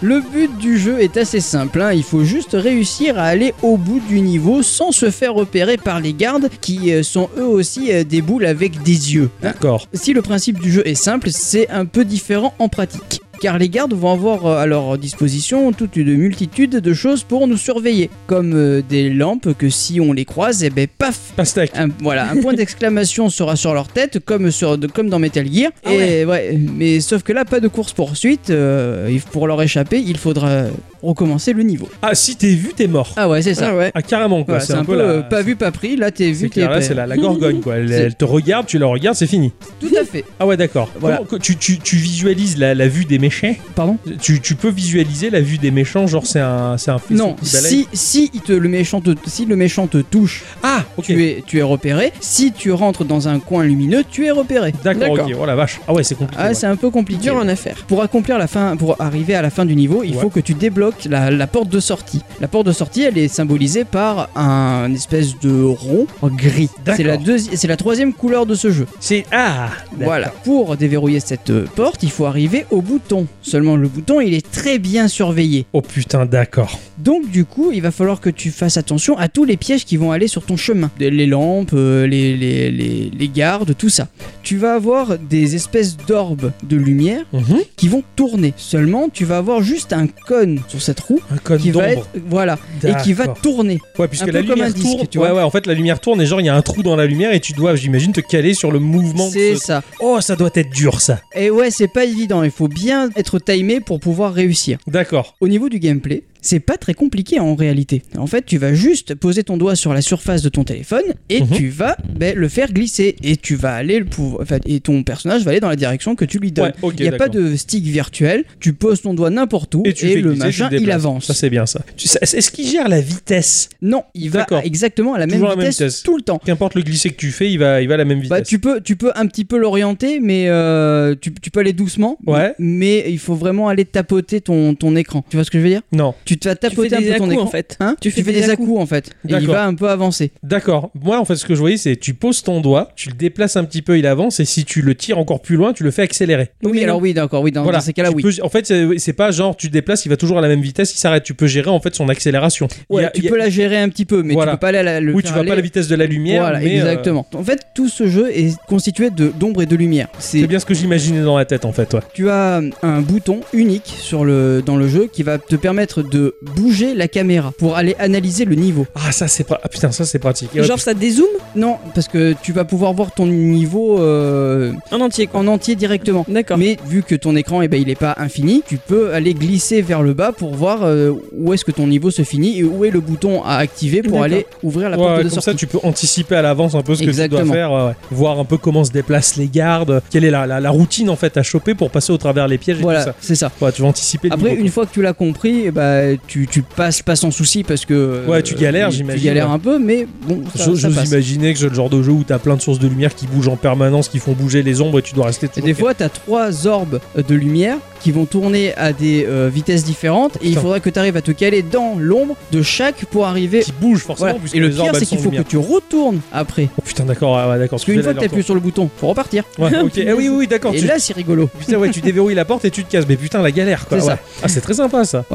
Speaker 3: Le but du jeu est assez simple, hein, il faut juste réussir à aller au bout du niveau sans se faire repérer par les gardes qui euh, sont eux aussi euh, des boules avec des yeux. hein.
Speaker 1: D'accord.
Speaker 3: Si le principe du jeu est simple, c'est un peu différent en pratique. car les gardes vont avoir euh, à leur disposition toute une multitude de choses pour nous surveiller, comme euh, des lampes que si on les croise, et ben paf,
Speaker 1: Pastèque.
Speaker 3: un, voilà, un point d'exclamation sera sur leur tête, comme, sur, de- comme dans Metal Gear.
Speaker 2: Ah
Speaker 3: et ouais. mais sauf que là, pas de course poursuite. euh, il- pour leur échapper, il faudra recommencer le niveau.
Speaker 1: Ah, si t'es vu, t'es mort.
Speaker 3: Ah ouais, c'est ça.
Speaker 2: Ah ouais.
Speaker 1: Ah, carrément, quoi.
Speaker 3: Voilà,
Speaker 1: c'est un, peu, la...
Speaker 3: euh, pas vu, pas pris. Là, t'es
Speaker 1: C'est
Speaker 3: vu, t'es
Speaker 1: clair, là,
Speaker 3: pris.
Speaker 1: c'est la, la gorgogne, quoi. Elle,
Speaker 3: C'est-
Speaker 1: elle te regarde, tu la regardes, c'est fini.
Speaker 3: Tout à fait.
Speaker 1: Ah ouais, d'accord.
Speaker 3: Voilà.
Speaker 1: Comment- Tu, tu- tu visualises la, la vue des méchants
Speaker 3: Pardon
Speaker 1: tu, tu peux visualiser la vue des méchants, genre c'est un, c'est un faisceau
Speaker 3: Non,
Speaker 1: qui balaye
Speaker 3: si, si, il te, le méchant te, si le méchant te touche,
Speaker 1: Ah, ok.
Speaker 3: tu, es, tu es repéré. Si tu rentres dans un coin lumineux, tu es repéré.
Speaker 1: D'accord,
Speaker 2: D'accord.
Speaker 1: ok. Oh la vache. Ah ouais, c'est compliqué.
Speaker 3: Ah,
Speaker 1: ouais.
Speaker 3: c'est un peu compliqué.
Speaker 2: Dur en affaire.
Speaker 3: Pour accomplir la fin, pour arriver à la fin du niveau, il
Speaker 1: Ouais.
Speaker 3: faut que tu débloques la, la porte de sortie. La porte de sortie, elle est symbolisée par un espèce de rond gris.
Speaker 1: D'accord.
Speaker 3: C'est la deuxi- c'est la troisième couleur de ce jeu.
Speaker 1: C'est- Ah d'accord.
Speaker 3: Voilà. Pour déverrouiller cette euh, porte, il faut arriver au bouton. Seulement le bouton, il est très bien surveillé.
Speaker 1: Oh putain, d'accord.
Speaker 3: Donc du coup, il va falloir que tu fasses attention à tous les pièges qui vont aller sur ton chemin. Les lampes, euh, les, les, les, les gardes, tout ça. Tu vas avoir des espèces d'orbes de lumière
Speaker 1: Mhm.
Speaker 3: qui vont tourner. Seulement, tu vas avoir juste un cône sur cette roue
Speaker 1: Un code
Speaker 3: qui va
Speaker 1: d'ombre.
Speaker 3: être voilà et qui va
Speaker 1: D'accord.
Speaker 3: tourner.
Speaker 1: Ouais, puisque
Speaker 3: un peu
Speaker 1: la
Speaker 3: comme
Speaker 1: lumière
Speaker 3: un disque,
Speaker 1: tourne.
Speaker 3: tu vois.
Speaker 1: Ouais, ouais, en fait, la lumière tourne et genre, il y a un trou dans la lumière et tu dois, j'imagine, te caler sur le mouvement. de
Speaker 3: C'est
Speaker 1: ce-
Speaker 3: ça.
Speaker 1: Oh, ça doit être dur, ça.
Speaker 3: Et ouais, c'est pas évident. Il faut bien être timé pour pouvoir réussir.
Speaker 1: D'accord.
Speaker 3: Au niveau du gameplay, c'est pas très compliqué en réalité. En fait, tu vas juste poser ton doigt sur la surface de ton téléphone et
Speaker 1: Mhm.
Speaker 3: tu vas ben, le faire glisser et tu vas aller le pouvoir. enfin, et ton personnage va aller dans la direction que tu lui donnes.
Speaker 1: Ouais, ok.
Speaker 3: Il n'y a pas
Speaker 1: d'accord.
Speaker 3: de stick virtuel, tu poses ton doigt n'importe où
Speaker 1: Et tu fais
Speaker 3: le
Speaker 1: glisser, tu
Speaker 3: machin
Speaker 1: le
Speaker 3: il
Speaker 1: déplaces.
Speaker 3: avance.
Speaker 1: Ça, c'est bien, ça. Tu sais, Est-ce qu'il gère la vitesse
Speaker 3: non, il va
Speaker 1: D'accord.
Speaker 3: exactement à la même,
Speaker 1: Toujours la même
Speaker 3: vitesse
Speaker 1: vitesse.
Speaker 3: tout le temps.
Speaker 1: Qu'importe le glissé que tu fais, il va, il va à la même vitesse.
Speaker 3: Bah, tu peux, tu peux un petit peu l'orienter, mais euh, tu, tu peux aller doucement.
Speaker 1: Ouais.
Speaker 3: Mais il faut vraiment aller tapoter ton, ton écran. Tu vois ce que je veux dire
Speaker 1: Non.
Speaker 3: Tu te vas
Speaker 2: Tu fais
Speaker 3: tapoter un
Speaker 2: des
Speaker 3: peu ton
Speaker 2: à-coups,
Speaker 3: écran.
Speaker 2: en fait.
Speaker 3: Hein tu, fais, des à-coups en fait. Et il
Speaker 1: D'accord.
Speaker 3: va un peu avancer.
Speaker 1: D'accord. Moi, en fait, ce que je voyais, c'est tu poses ton doigt, tu le déplaces un petit peu, il avance, et si tu le tires encore plus loin, tu le fais accélérer.
Speaker 3: Oui,
Speaker 2: mais
Speaker 3: alors oui, d'accord, oui, dans,
Speaker 1: voilà.
Speaker 3: dans ces cas-là,
Speaker 1: Tu
Speaker 3: oui.
Speaker 1: peux- en fait, c'est c'est pas genre tu le déplaces, il va toujours à la même vitesse, il s'arrête. Tu peux gérer en fait son accélération. Il y a-
Speaker 3: tu
Speaker 1: il y a-
Speaker 3: peux la gérer un petit peu, mais
Speaker 1: Voilà.
Speaker 3: tu peux pas aller à la, le
Speaker 1: Oui,
Speaker 3: faire
Speaker 1: tu vas
Speaker 3: aller-
Speaker 1: pas à la vitesse de la lumière.
Speaker 3: Voilà,
Speaker 1: mais, euh,
Speaker 3: exactement. En fait, tout ce jeu est constitué de d'ombre et de lumière.
Speaker 1: c'est
Speaker 3: C'est
Speaker 1: bien ce que j'imaginais dans la tête en fait. ouais.
Speaker 3: tu as euh, un bouton unique sur le dans le jeu qui va te permettre de bouger la caméra pour aller analyser le niveau.
Speaker 1: Ah ça c'est pas. ah, putain ça c'est pratique. Et ouais,
Speaker 2: Genre ça dézoome
Speaker 3: Non, parce que tu vas pouvoir voir ton niveau euh,
Speaker 2: en entier quoi.
Speaker 3: en entier directement.
Speaker 2: D'accord.
Speaker 3: Mais vu que ton écran, eh ben, il est pas infini, tu peux aller glisser vers le bas pour voir euh, où est-ce que ton niveau se finit et où est le bouton à activer pour
Speaker 2: D'accord.
Speaker 3: aller ouvrir la
Speaker 1: ouais, ouais,
Speaker 3: porte de
Speaker 1: comme
Speaker 3: sortie.
Speaker 1: ça tu peux anticiper à l'avance un peu ce que tu
Speaker 3: Exactement.
Speaker 1: dois faire, ouais, ouais. voir un peu comment se déplacent les gardes, quelle est la, la- la routine en fait à choper pour passer au travers les pièges et tout
Speaker 3: Voilà,
Speaker 1: ça.
Speaker 3: c'est ça.
Speaker 1: Ouais, tu vas anticiper. le
Speaker 3: Après,
Speaker 1: niveau,
Speaker 3: une fois que tu l'as compris, eh ben, tu, tu passes pas sans souci parce que. euh,
Speaker 1: Ouais, tu galères,
Speaker 3: Tu
Speaker 1: j'imagine,
Speaker 3: galères
Speaker 1: ouais.
Speaker 3: un peu, mais bon, ça,
Speaker 1: Je-
Speaker 3: ça
Speaker 1: J'ose
Speaker 3: passe.
Speaker 1: imaginer que c'est le genre de jeu où t'as plein de sources de lumière qui bougent en permanence, qui font bouger les ombres et tu dois rester
Speaker 3: Et
Speaker 1: toujours.
Speaker 3: Des fois, tu as trois orbes de lumière qui vont tourner à des euh, vitesses différentes et il
Speaker 1: Putain.
Speaker 3: faudra que tu arrives à te caler dans l'ombre de chaque pour arriver.
Speaker 1: qui bougent forcément.
Speaker 3: Voilà.
Speaker 1: puisque
Speaker 3: Et le
Speaker 1: les
Speaker 3: pire,
Speaker 1: orbes, elles
Speaker 3: c'est
Speaker 1: sont
Speaker 3: qu'il faut que
Speaker 1: lumière.
Speaker 3: tu retournes après.
Speaker 1: Oh putain, d'accord, ouais, ouais, d'accord.
Speaker 3: Parce qu'une
Speaker 1: excusez-la,
Speaker 3: fois que tu appuies sur le bouton, faut repartir.
Speaker 1: leur tour. Ouais, ok. Eh oui, oui, oui, d'accord.
Speaker 3: Et
Speaker 1: tu-
Speaker 3: là, c'est rigolo.
Speaker 1: Putain, ouais, tu déverrouilles la porte et tu te casses. Mais putain, la galère, quoi.
Speaker 3: C'est ça.
Speaker 1: ouais. Ah, c'est très sympa, ça.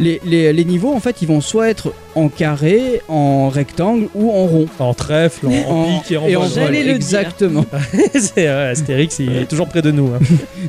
Speaker 3: Les, les- les niveaux, en fait, ils vont soit être en carré, en rectangle ou en rond.
Speaker 1: En trèfle, en, en pique et en vol.
Speaker 2: J'allais
Speaker 3: vol,
Speaker 2: le dire.
Speaker 3: Exactement.
Speaker 1: C'est ouais, Astérix, il est toujours près de nous. hein.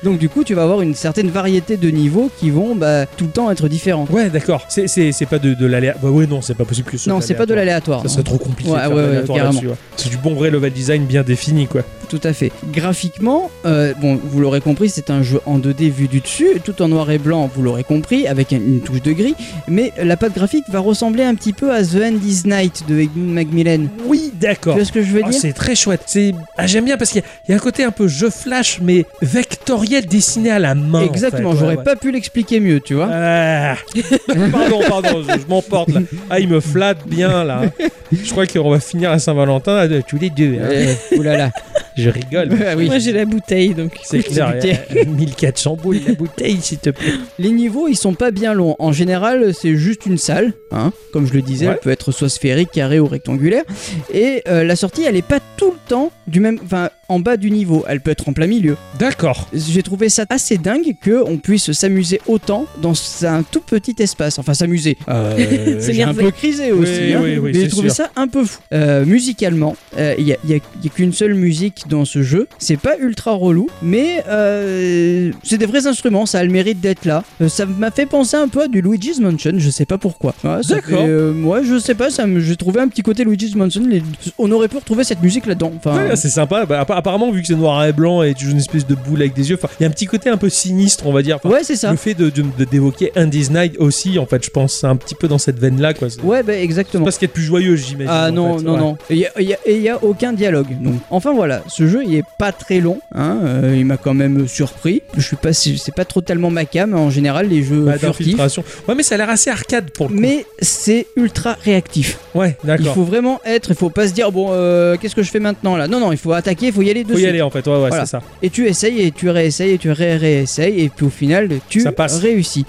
Speaker 3: Donc, du coup, tu vas avoir une certaine variété de niveaux qui vont bah, tout le temps être différents.
Speaker 1: Ouais, d'accord. C'est- C'est c'est pas de, de l'aléa. Bah ouais, non, c'est pas possible que ce soit
Speaker 3: Non, c'est pas de l'aléatoire.
Speaker 1: Ça serait trop compliqué. de
Speaker 3: Ouais,
Speaker 1: faire
Speaker 3: ouais,
Speaker 1: de
Speaker 3: ouais,
Speaker 1: l'aléatoire
Speaker 3: carrément.
Speaker 1: là-dessus, ouais. C'est du bon vrai level design bien défini, quoi.
Speaker 3: Tout à fait. Graphiquement, euh, bon, vous l'aurez compris, c'est un jeu en 2D vu du dessus, tout en noir et blanc, vous l'aurez compris, avec un- une touche de gris. Mais la patte graphique va ressembler un petit peu à The End is Night de Ian Macmillan.
Speaker 1: Oui,
Speaker 3: Tu
Speaker 1: d'accord.
Speaker 3: vois ce que je veux
Speaker 1: Ah,
Speaker 3: dire
Speaker 1: c'est très chouette. C'est ah, j'aime bien parce qu'il y, a- il y a un côté un peu jeu flash mais vectoriel dessiné à la main. en
Speaker 3: Exactement,
Speaker 1: fait. Ouais,
Speaker 3: j'aurais hein.
Speaker 1: ouais.
Speaker 3: pas pu l'expliquer mieux, tu vois.
Speaker 1: Ah. pardon, pardon, je, je m'emporte là. Ah, il me flatte bien là. Je crois qu'on va finir à Saint-Valentin à deux- tous les deux. hein.
Speaker 3: Eh, oulala.
Speaker 1: Je rigole.
Speaker 3: Ah oui.
Speaker 2: Moi j'ai la bouteille donc.
Speaker 1: C'est clair.
Speaker 3: Écoutez.
Speaker 1: euh, 1400 boules la bouteille, s'il te plaît.
Speaker 3: Les niveaux, ils sont pas bien longs. En général, c'est juste une salle. hein. Comme je le disais,
Speaker 1: Ouais.
Speaker 3: elle peut être soit sphérique, carrée ou rectangulaire. Et euh, la sortie, elle est pas tout le temps du même. Enfin, en bas du niveau, elle peut être en plein milieu.
Speaker 1: D'accord.
Speaker 3: J'ai trouvé ça assez dingue que on puisse s'amuser autant dans un tout petit espace. Enfin, s'amuser. Euh,
Speaker 2: C'est
Speaker 3: J'ai un
Speaker 2: nerveux.
Speaker 3: peu crisé
Speaker 1: Oui,
Speaker 3: aussi. hein,
Speaker 1: oui, oui,
Speaker 3: mais j'ai
Speaker 1: c'est
Speaker 3: trouvé
Speaker 1: sûr.
Speaker 3: ça un peu fou. Euh, musicalement, euh, il n'y a, il y a- il y a qu'une seule musique dans ce jeu. C'est pas ultra relou, mais euh, c'est des vrais instruments. Ça a le mérite d'être là. Euh, ça m'a fait penser un peu à du Luigi's Mansion. Je sais pas pourquoi. Ouais, ça
Speaker 1: D'accord.
Speaker 3: fait, euh, Moi, je sais pas. ça me- J'ai trouvé un petit côté Luigi's Mansion. Les- On aurait pu retrouver cette musique là-dedans. Enfin,
Speaker 1: Ouais, c'est sympa. Bah, appa- apparemment, vu que c'est noir et blanc et tu joues une espèce de boule avec des yeux, enfin, il y a un petit côté un peu sinistre, on va dire. Enfin,
Speaker 3: ouais, c'est ça.
Speaker 1: Le fait de- de- de- d'évoquer Indies Night aussi, en fait, je pense, c'est un petit peu dans cette veine-là, quoi. C'est
Speaker 3: Ouais, bah, exactement.
Speaker 1: pas ce qu'il y a de plus joyeux, j'imagine.
Speaker 3: Ah
Speaker 1: en
Speaker 3: non,
Speaker 1: fait.
Speaker 3: non,
Speaker 1: Ouais.
Speaker 3: non. Et il n'y a, et y a aucun dialogue. Donc. Enfin voilà, ce jeu il est pas très long. Hein. euh, il m'a quand même surpris. Je suis pas, c'est c'est pas trop tellement ma cam hein, en général les jeux
Speaker 1: Pas
Speaker 3: furtifs.
Speaker 1: d'infiltration. Ouais, mais ça a l'air assez arcade pour le coup.
Speaker 3: Mais c'est ultra réactif.
Speaker 1: Ouais,
Speaker 3: Il
Speaker 1: d'accord.
Speaker 3: faut vraiment être, il faut pas se dire bon euh, qu'est-ce que je fais maintenant là. Non non, il faut attaquer, il faut y aller
Speaker 1: Faut
Speaker 3: dessus.
Speaker 1: y aller en fait, ouais, ouais,
Speaker 3: Voilà.
Speaker 1: c'est ça.
Speaker 3: Et tu essayes et tu réessayes et tu ré réessayes et puis au final tu
Speaker 1: Ça passe.
Speaker 3: réussis.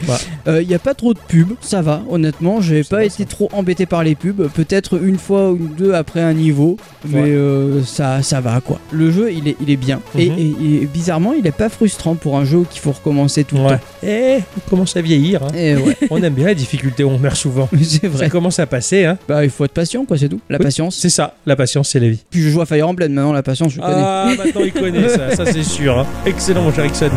Speaker 3: Il
Speaker 1: Ouais.
Speaker 3: y a pas trop de pubs, ça va. Honnêtement, j'ai
Speaker 1: Ça
Speaker 3: pas
Speaker 1: va,
Speaker 3: été trop embêté par les pubs. Peut-être une fois ou deux après un niveau, mais
Speaker 1: Ouais.
Speaker 3: euh, ça ça va quoi. Le jeu il est il est bien Et-
Speaker 1: Mhm.
Speaker 3: et, et bizarrement il est pas frustrant pour un jeu qu'il faut recommencer tout le
Speaker 1: Ouais.
Speaker 3: temps.
Speaker 1: Eh, on commence à vieillir. hein.
Speaker 3: Et ouais,
Speaker 1: on aime bien la difficulté, on meurt souvent.
Speaker 3: c'est
Speaker 1: Ça
Speaker 3: vrai.
Speaker 1: commence à passer, hein.
Speaker 3: Bah il faut être patient quoi, c'est tout. La
Speaker 1: Oui,
Speaker 3: patience.
Speaker 1: C'est ça, la patience, c'est la vie.
Speaker 3: Puis je joue à Fire Emblem maintenant, la patience je connais.
Speaker 1: Ah, maintenant il connaît ça, ça c'est sûr. hein. Excellent, mon cher Ixon.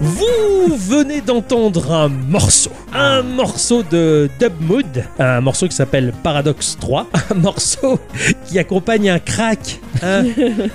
Speaker 1: Vous venez d'entendre un morceau. Un morceau de Dub Mood, un morceau qui s'appelle Paradox 3, un morceau qui accompagne un crack. hein.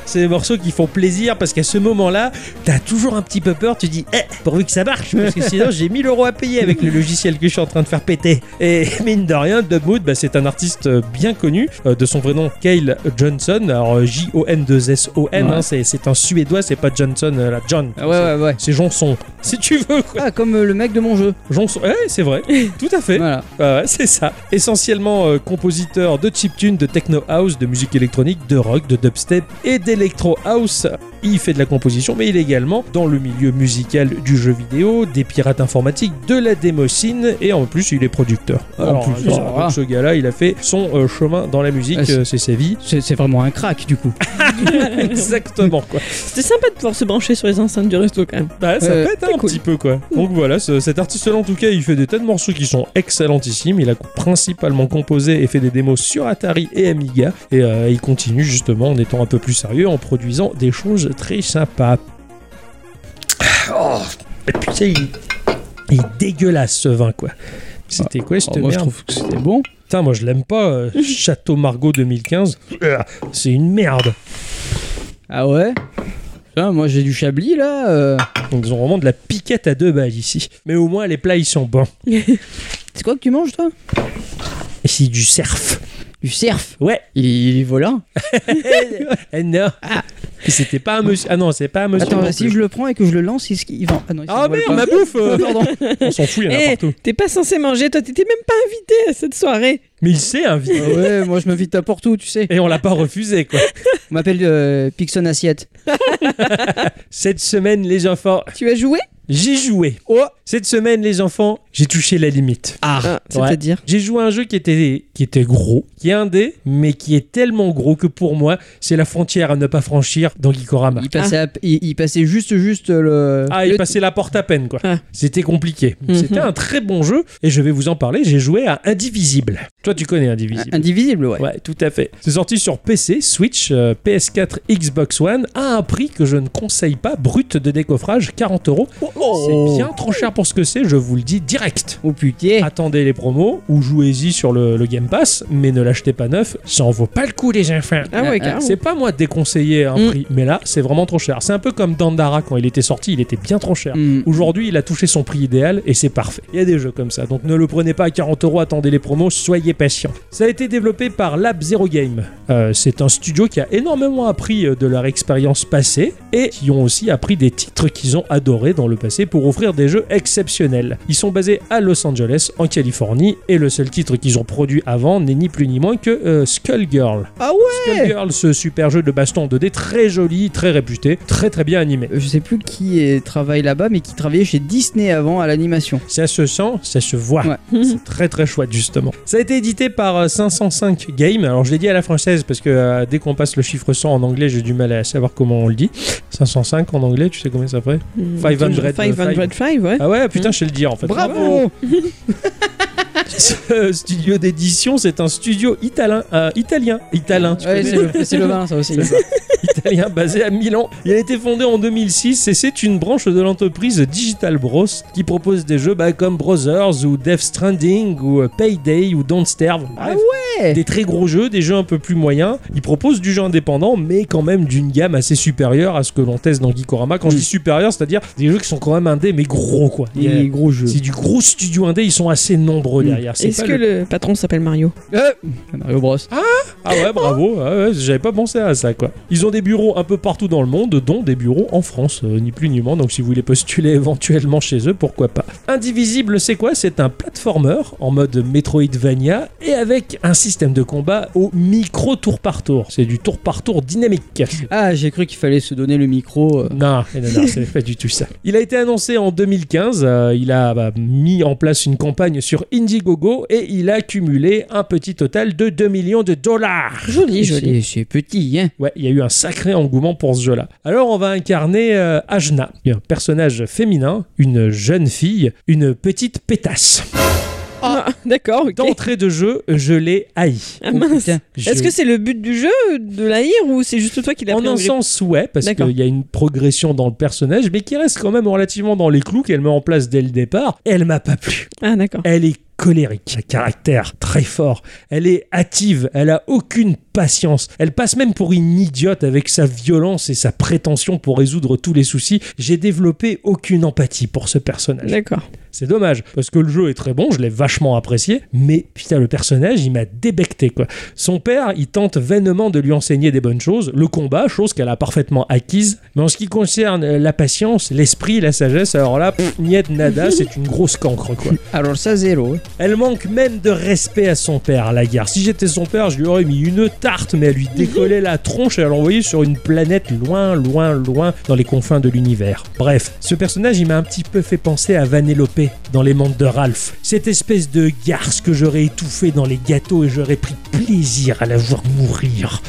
Speaker 1: C'est des morceaux qui font plaisir parce qu'à ce moment-là, t'as toujours un petit peu peur, tu dis, eh, pourvu que ça marche, parce que sinon j'ai 1000 euros à payer avec le logiciel que je suis en train de faire péter. Et mine de rien, Dub Mood, bah, c'est un artiste euh, bien connu, euh, de son vrai nom Kyle Johnson, alors euh, J-O-N-2-S-O-N,
Speaker 3: Ouais.
Speaker 1: hein, c'est c'est un suédois, c'est pas Johnson, euh, la John.
Speaker 3: Ah, ouais ouais ouais.
Speaker 1: C'est Jonson, si tu veux, quoi.
Speaker 3: Ah comme euh, le mec de mon jeu.
Speaker 1: Jonson, ouais, c'est vrai, tout à fait.
Speaker 3: Voilà.
Speaker 1: Ouais, ouais, c'est ça. Essentiellement euh, compositeur de chiptune, de techno house, de musique électronique, de rock, de dubstep et d'électro house. Il fait de la composition, mais il est également dans le milieu musical du jeu vidéo, des pirates informatiques, de la démocine, et en plus, il est producteur.
Speaker 3: En
Speaker 1: Alors,
Speaker 3: plus,
Speaker 1: euh,
Speaker 3: ça
Speaker 1: donc
Speaker 3: va.
Speaker 1: ce gars-là, il a fait son euh, chemin dans la musique,
Speaker 3: Ah, c'est-
Speaker 1: euh, c'est sa vie.
Speaker 3: C'est c'est vraiment un crack du coup.
Speaker 1: Exactement, quoi.
Speaker 2: C'était sympa de pouvoir se brancher sur les enceintes du resto quand même.
Speaker 1: Bah, ça
Speaker 3: Euh,
Speaker 1: pète hein,
Speaker 3: c'est
Speaker 1: un
Speaker 3: cool.
Speaker 1: petit peu quoi. Donc voilà, ce- cet artiste-là en tout cas, il fait des tas de morceaux qui sont excellentissimes. Il a principalement composé et fait des démos sur Atari et Amiga. Et euh, il continue justement en étant un peu plus sérieux, en produisant des choses très sympas. Oh, et puis tu sais, il, il est dégueulasse ce vin quoi. C'était quoi cette
Speaker 3: Oh, moi je
Speaker 1: merde
Speaker 3: trouve que c'était bon.
Speaker 1: Putain, moi je l'aime pas. euh, Château Margot 2015, Ah, c'est une merde.
Speaker 3: Ah ouais. Putain, moi j'ai du chablis là. euh.
Speaker 1: Ils ont vraiment de la piquette à deux balles ici. Mais au moins les plats ils sont bons.
Speaker 3: C'est quoi que tu manges toi
Speaker 1: Et c'est du surf.
Speaker 3: Du surf
Speaker 1: Ouais.
Speaker 3: Il, il est volant.
Speaker 1: Eh non. Et C'était pas un monsieur. Ah non, c'est pas un monsieur.
Speaker 3: Ah. Attends,
Speaker 1: non
Speaker 3: si
Speaker 1: plus.
Speaker 3: je le prends et que je le lance, il, se- il va. Ah non, il
Speaker 1: Ah
Speaker 3: s'envole
Speaker 1: merde,
Speaker 3: pas.
Speaker 1: ma bouffe euh,
Speaker 3: Pardon.
Speaker 1: On s'en fout, il y en a
Speaker 2: Eh.
Speaker 1: partout.
Speaker 2: T'es pas censé manger, toi t'étais même pas invité à cette soirée.
Speaker 1: Mais il sait inviter.
Speaker 3: Ah ouais, moi je m'invite à partout, tu sais.
Speaker 1: Et on l'a pas refusé, quoi.
Speaker 3: On m'appelle euh, Pixon Assiette.
Speaker 1: Cette semaine, les enfants,
Speaker 2: Tu as joué
Speaker 1: j'ai joué.
Speaker 3: Oh
Speaker 1: Cette semaine, les enfants, j'ai touché la limite.
Speaker 3: Ah
Speaker 2: C'est-à-dire
Speaker 1: J'ai joué à un jeu qui était, qui était gros, qui est indé, mais qui est tellement gros que pour moi, c'est la frontière à ne pas franchir dans Gikorama.
Speaker 3: il passait, à- il, il passait juste, juste le.
Speaker 1: Ah, il
Speaker 3: le-
Speaker 1: passait la porte à peine, quoi.
Speaker 2: Ah.
Speaker 1: C'était compliqué.
Speaker 2: Mhm.
Speaker 1: C'était un très bon jeu, et je vais vous en parler. J'ai joué à Indivisible. Toi, tu connais Indivisible.
Speaker 3: Indivisible, ouais.
Speaker 1: Ouais, tout à fait. C'est sorti sur PC, Switch, euh, PS4, Xbox One, à un prix que je ne conseille pas, brut de décoffrage, 40 euros. C'est bien trop cher pour ce que c'est, je vous le dis direct.
Speaker 3: Oh putain.
Speaker 1: Attendez les promos ou jouez-y sur le, le Game Pass, mais ne l'achetez pas neuf, ça en vaut pas le coup les enfants.
Speaker 2: Ah
Speaker 3: Ah,
Speaker 2: ouais,
Speaker 3: ah,
Speaker 2: carrément.
Speaker 1: C'est pas moi de déconseiller un
Speaker 2: Mm.
Speaker 1: prix, mais là c'est vraiment trop cher. C'est un peu comme Dandara quand il était sorti, il était bien trop cher.
Speaker 3: Hmm.
Speaker 1: Aujourd'hui, il a touché son prix idéal et c'est parfait. Il y a des jeux comme ça, donc ne le prenez pas à 40 euros, attendez les promos, soyez patient. Ça a été développé par Lab Zero Game. Euh, c'est un studio qui a énormément appris euh, de leur expérience passée et qui ont aussi appris des titres qu'ils ont adorés dans le passé pour offrir des jeux exceptionnels. Ils sont basés à Los Angeles, en Californie, et le seul titre qu'ils ont produit avant n'est ni plus ni moins que euh, Skullgirl.
Speaker 2: Ah ouais
Speaker 1: Skullgirl, ce super jeu de baston 2D très joli, très réputé, très très bien animé.
Speaker 3: Euh, Je sais plus qui est- travaille là-bas, mais qui travaillait chez Disney avant à l'animation.
Speaker 1: Ça se sent, ça se voit.
Speaker 3: Ouais.
Speaker 1: C'est très très chouette justement. Ça a été édité par euh, 505 Games. Alors je l'ai dit à la française parce que euh, dès qu'on passe le chiffre 100 en anglais, j'ai du mal à savoir comment on le dit. 505 en anglais, tu sais combien ça fait 500,
Speaker 2: euh, 505, ouais.
Speaker 1: Ah ouais, putain, je sais le dire en fait.
Speaker 3: Mhm.
Speaker 1: Ah
Speaker 3: Bravo
Speaker 1: Ce studio d'édition, c'est un studio italien, euh, italien, italien. tu
Speaker 3: Ouais,
Speaker 1: connais
Speaker 3: c'est le, c'est le vin, ça aussi.
Speaker 1: C'est ça. italien basé à Milan. Il a été fondé en 2006 et c'est une branche de l'entreprise Digital Bros qui propose des jeux bah, comme Brothers ou Death Stranding ou euh, Payday ou Don't Starve. Bref,
Speaker 3: Ah ouais
Speaker 1: des très gros jeux, des jeux un peu plus moyens. Ils proposent du jeu indépendant mais quand même d'une gamme assez supérieure à ce que l'on teste dans Gikorama. Quand je
Speaker 3: Mm.
Speaker 1: dis supérieur, c'est-à-dire des jeux qui sont quand même indés mais gros quoi.
Speaker 3: Les gros jeux.
Speaker 1: C'est du gros studio indé, ils sont assez nombreux
Speaker 3: Mm.
Speaker 1: derrière. C'est
Speaker 2: Est-ce
Speaker 1: pas
Speaker 2: que
Speaker 1: le-
Speaker 2: le patron s'appelle Mario
Speaker 3: Euh, Mario Bros.
Speaker 1: Ah ouais, bravo, ah ouais, j'avais pas pensé à ça quoi. Ils ont des bureaux un peu partout dans le monde, dont des bureaux en France, euh, ni plus ni moins, donc si vous voulez postuler éventuellement chez eux, pourquoi pas. Indivisible, c'est quoi C'est un platformer en mode Metroidvania et avec un système de combat au micro tour par tour. C'est du tour par tour dynamique.
Speaker 3: Ah, j'ai cru qu'il fallait se donner le micro. euh.
Speaker 1: Non, non, non, c'est pas du tout ça. Il a été annoncé en 2015. euh, il a bah, mis en place une campagne sur Indiegogo et il a cumulé un petit total de 2 millions de dollars.
Speaker 2: Joli, joli.
Speaker 3: C'est- C'est petit, hein.
Speaker 1: Ouais, il y a eu un sacré engouement pour ce jeu-là. Alors, on va incarner euh, Ajna, un personnage féminin, une jeune fille, une petite pétasse.
Speaker 2: Ah, d'accord, ok.
Speaker 1: D'entrée de jeu, je l'ai haï.
Speaker 2: Ah mince.
Speaker 3: putain.
Speaker 1: Je-
Speaker 2: Est-ce que c'est le but du jeu de la lire ou c'est juste toi qui l'as
Speaker 1: en
Speaker 2: pris en
Speaker 1: un
Speaker 2: grippe
Speaker 1: sens, ouais, parce
Speaker 2: D'accord.
Speaker 1: qu'il y a une progression dans le personnage, mais qui reste quand même relativement dans les clous qu'elle met en place dès le départ. Elle m'a pas plu.
Speaker 2: Ah d'accord.
Speaker 1: Elle est colérique, un caractère très fort. Elle est hâtive, elle a aucune patience. Elle passe même pour une idiote avec sa violence et sa prétention pour résoudre tous les soucis. J'ai développé aucune empathie pour ce personnage.
Speaker 2: D'accord.
Speaker 1: C'est dommage parce que le jeu est très bon, je l'ai vachement apprécié, mais putain le personnage, il m'a débecté quoi. Son père, il tente vainement de lui enseigner des bonnes choses, le combat, chose qu'elle a parfaitement acquise, mais en ce qui concerne euh, la patience, l'esprit, la sagesse, alors là, pff, niet nada, c'est une grosse cancre quoi.
Speaker 3: Alors ça, zéro. hein.
Speaker 1: Elle manque même de respect à son père, à la gare. Si j'étais son père, je lui aurais mis une tarte, mais elle lui décollait la tronche et elle l'envoyait sur une planète loin, loin, loin dans les confins de l'univers. Bref, ce personnage, il m'a un petit peu fait penser à Vanellope dans les mondes de Ralph. Cette espèce de garce que j'aurais étouffée dans les gâteaux et j'aurais pris plaisir à la voir mourir.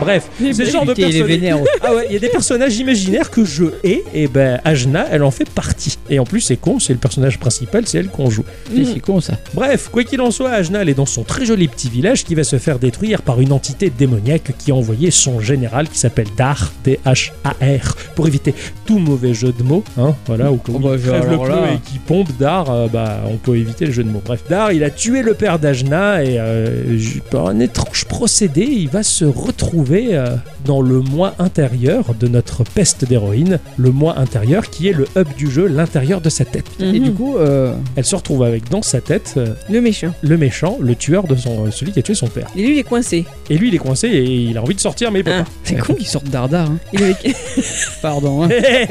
Speaker 1: Bref, c'est le genre de
Speaker 3: Putain, il est
Speaker 1: personnage.
Speaker 3: vénère.
Speaker 1: Ah ouais, il y a des personnages imaginaires que je hais, et ben Ajna, elle en fait partie. Et en plus, c'est con, c'est le personnage principal, c'est elle qu'on joue.
Speaker 2: Mm.
Speaker 3: Putain, C'est con, ça.
Speaker 1: Bref, quoi qu'il en soit, Ajnal est dans son très joli petit village qui va se faire détruire par une entité démoniaque qui a envoyé son général qui s'appelle Dar, D-H-A-R, pour éviter tout mauvais jeu de mots, hein, voilà, ou quand
Speaker 3: Oh
Speaker 1: il
Speaker 3: bah,
Speaker 1: crève le
Speaker 3: alors là.
Speaker 1: pneu et qui pompe Dar, euh, bah, on peut éviter le jeu de mots. Bref, Dar, il a tué le père d'Ajna et euh, ju- par un étrange procédé, il va se retrouver euh, dans le moi intérieur de notre peste d'héroïne, le moi intérieur qui est le hub du jeu, l'intérieur de sa tête.
Speaker 3: Et
Speaker 2: Mhm.
Speaker 3: du coup, euh,
Speaker 1: Elle se retrouve avec dans sa tête euh,
Speaker 2: Le méchant.
Speaker 1: le méchant, le tueur de son, euh, celui qui a tué son père.
Speaker 2: Et lui, il est coincé.
Speaker 1: Et lui, il est coincé et il a envie de sortir, mais il peut
Speaker 2: Ah.
Speaker 1: pas.
Speaker 3: c'est con qu'ils sortent dardard. hein.
Speaker 2: Il est...
Speaker 3: Ah. Pardon. Hein.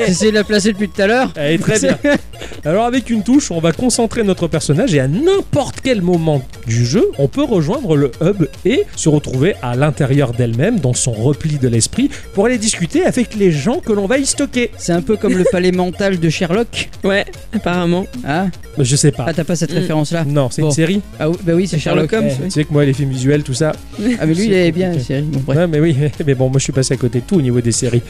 Speaker 3: J'essaie de la placer depuis tout à l'heure.
Speaker 1: Elle est Eh, très bien. Alors avec une touche, on va concentrer notre personnage et à n'importe quel moment du jeu, on peut rejoindre le hub et se retrouver à l'intérieur d'elle-même, dans son repli de l'esprit, pour aller discuter avec les gens que l'on va y stocker.
Speaker 3: C'est un peu comme le palais mental de Sherlock.
Speaker 2: Ouais, apparemment.
Speaker 3: Ah,
Speaker 1: Je sais pas.
Speaker 3: ah t'as pas cette
Speaker 2: Mm.
Speaker 3: référence-là
Speaker 1: Non, c'est
Speaker 3: Bon.
Speaker 1: une série.
Speaker 3: Ah oui, bah oui, c'est Sherlock.
Speaker 2: Sherlock Holmes.
Speaker 1: Eh, Tu sais que moi, les films visuels, tout ça.
Speaker 3: Ah mais lui il est bien,
Speaker 1: compliqué.
Speaker 3: Cyril. Bon, bref.
Speaker 1: Ouais, mais oui, mais bon, moi je suis passé à côté de tout au niveau des séries.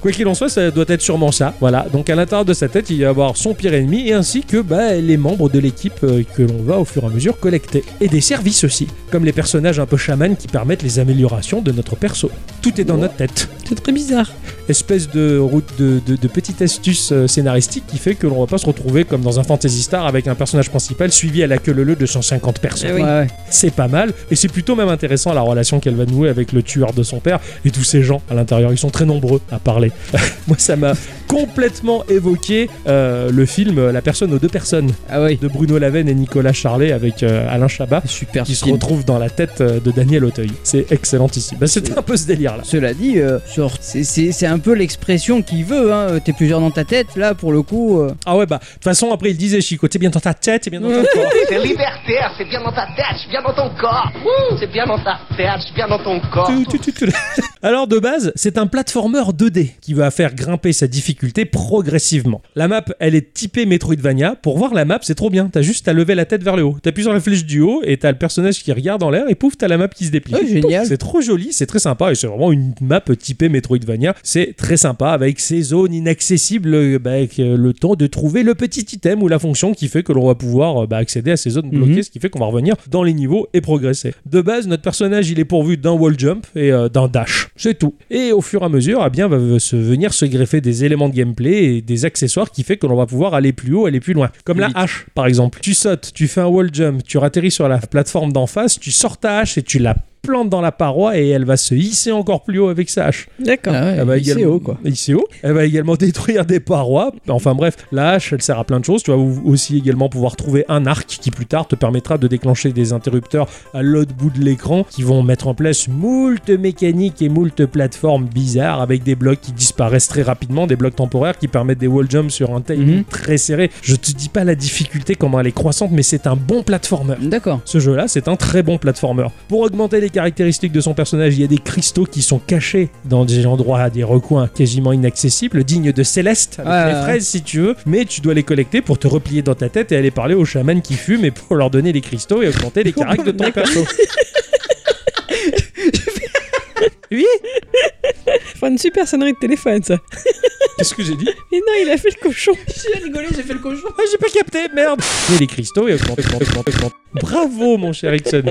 Speaker 1: Quoi qu'il en soit, ça doit être sûrement ça. Voilà. Donc à l'intérieur de sa tête, il va y avoir son pire ennemi et ainsi que bah, les membres de l'équipe euh, que l'on va au fur et à mesure collecter. Et des services aussi, comme les personnages un peu chamans qui permettent les améliorations de notre perso. Tout est dans notre tête.
Speaker 2: C'est très bizarre.
Speaker 1: Espèce de route de, de, de petite astuce euh, scénaristique qui fait que l'on va pas se retrouver comme dans un Fantasy Star avec un personnage principal suivi à la queue leu de 150 personnes
Speaker 2: Eh oui.
Speaker 3: Ouais, ouais.
Speaker 1: c'est pas mal et c'est plutôt même intéressant la relation qu'elle va nouer avec le tueur de son père et tous ces gens à l'intérieur ils sont très nombreux à parler moi ça m'a complètement évoqué euh, le film La personne aux deux personnes
Speaker 3: Ah oui.
Speaker 1: de Bruno Lavenne et Nicolas Charlet avec euh, Alain Chabat
Speaker 3: Super
Speaker 1: qui se
Speaker 3: film.
Speaker 1: retrouve dans la tête euh, de Daniel Auteuil c'est excellent ici bah, c'était un peu ce délire là
Speaker 3: Cela dit, euh, sur- c'est- c'est c'est un peu l'expression qu'il veut. Hein. Euh, T'es plusieurs dans ta tête, là pour le coup. euh,
Speaker 1: ah ouais bah de toute façon après il disait Chico t'es bien dans ta tête t'es bien dans ton corps
Speaker 6: C'est libertaire, c'est bien dans ta tête, je suis bien dans ton corps. Ouh, C'est bien dans ta tête, je suis bien dans ton corps.
Speaker 1: Tout, tout, tout, tout. Alors de base, c'est un platformer 2D qui va faire grimper sa difficulté progressivement. La map, elle est typée Metroidvania. Pour voir la map, c'est trop bien. T'as juste à lever la tête vers le haut. T'appuies sur la flèche du haut et t'as le personnage qui regarde en l'air et pouf, t'as la map qui se déplie.
Speaker 3: Ouais, Oh, génial.
Speaker 1: Pouf, C'est trop joli, c'est très sympa et c'est vraiment une map typée Metroidvania. C'est très sympa avec ses zones inaccessibles, euh, bah, avec euh, le temps de trouver le petit item ou la fonction qui fait que l'on va pouvoir euh, bah, accéder à ces zones bloquées,
Speaker 3: Mhm.
Speaker 1: ce qui fait qu'on va revenir dans les niveaux et progresser. De base, notre personnage il est pourvu d'un wall jump et euh, d'un dash, c'est tout. Et au fur et à mesure, eh bien, va se venir se greffer des éléments de gameplay et des accessoires qui fait que l'on va pouvoir aller plus haut, aller plus loin. Comme la
Speaker 3: Vite.
Speaker 1: hache, par exemple. Tu sautes, tu fais un wall jump, tu atterris sur la plateforme d'en face, tu sors ta hache et tu la plantes dans la paroi et elle va se hisser encore plus haut avec sa hache.
Speaker 2: D'accord.
Speaker 3: ah ouais,
Speaker 1: Elle va
Speaker 3: il sait
Speaker 1: bah, également-
Speaker 3: haut, quoi.
Speaker 1: il sait haut. E Elle va également détruire des parois. Enfin bref, la hache, elle sert à plein de choses. Tu vas ou- aussi également pouvoir trouver un arc qui plus tard te permettra de déclencher des interrupteurs à l'autre bout de l'écran qui vont mettre en place moult mécaniques et moult plateformes bizarres avec des blocs qui disparaissent très rapidement, des blocs temporaires qui permettent des wall jumps sur un timing
Speaker 3: Mhm.
Speaker 1: très serré. Je te dis pas la difficulté, comment elle est croissante, mais c'est un bon platformer.
Speaker 3: D'accord.
Speaker 1: Ce jeu-là, c'est un très bon platformer. Pour augmenter les caractéristiques de son personnage, il y a des cristaux qui sont cachés dans des endroits, à des recoins quasiment inaccessibles, dignes de Céleste, avec
Speaker 3: Ouais,
Speaker 1: les
Speaker 3: ouais.
Speaker 1: fraises si tu veux, mais tu dois les collecter pour te replier dans ta tête et aller parler aux chamans qui fument et pour leur donner les cristaux et augmenter les caractères de ton perso. Oui
Speaker 2: Enfin, une super sonnerie de téléphone, ça.
Speaker 1: Qu'est-ce que j'ai dit
Speaker 2: Et non, il a fait le cochon.
Speaker 3: J'ai rigolé, j'ai fait le cochon.
Speaker 1: Ah, j'ai pas capté, merde Et les cristaux et augmente, augmente, augmente, augmente. Bravo, mon cher Ixon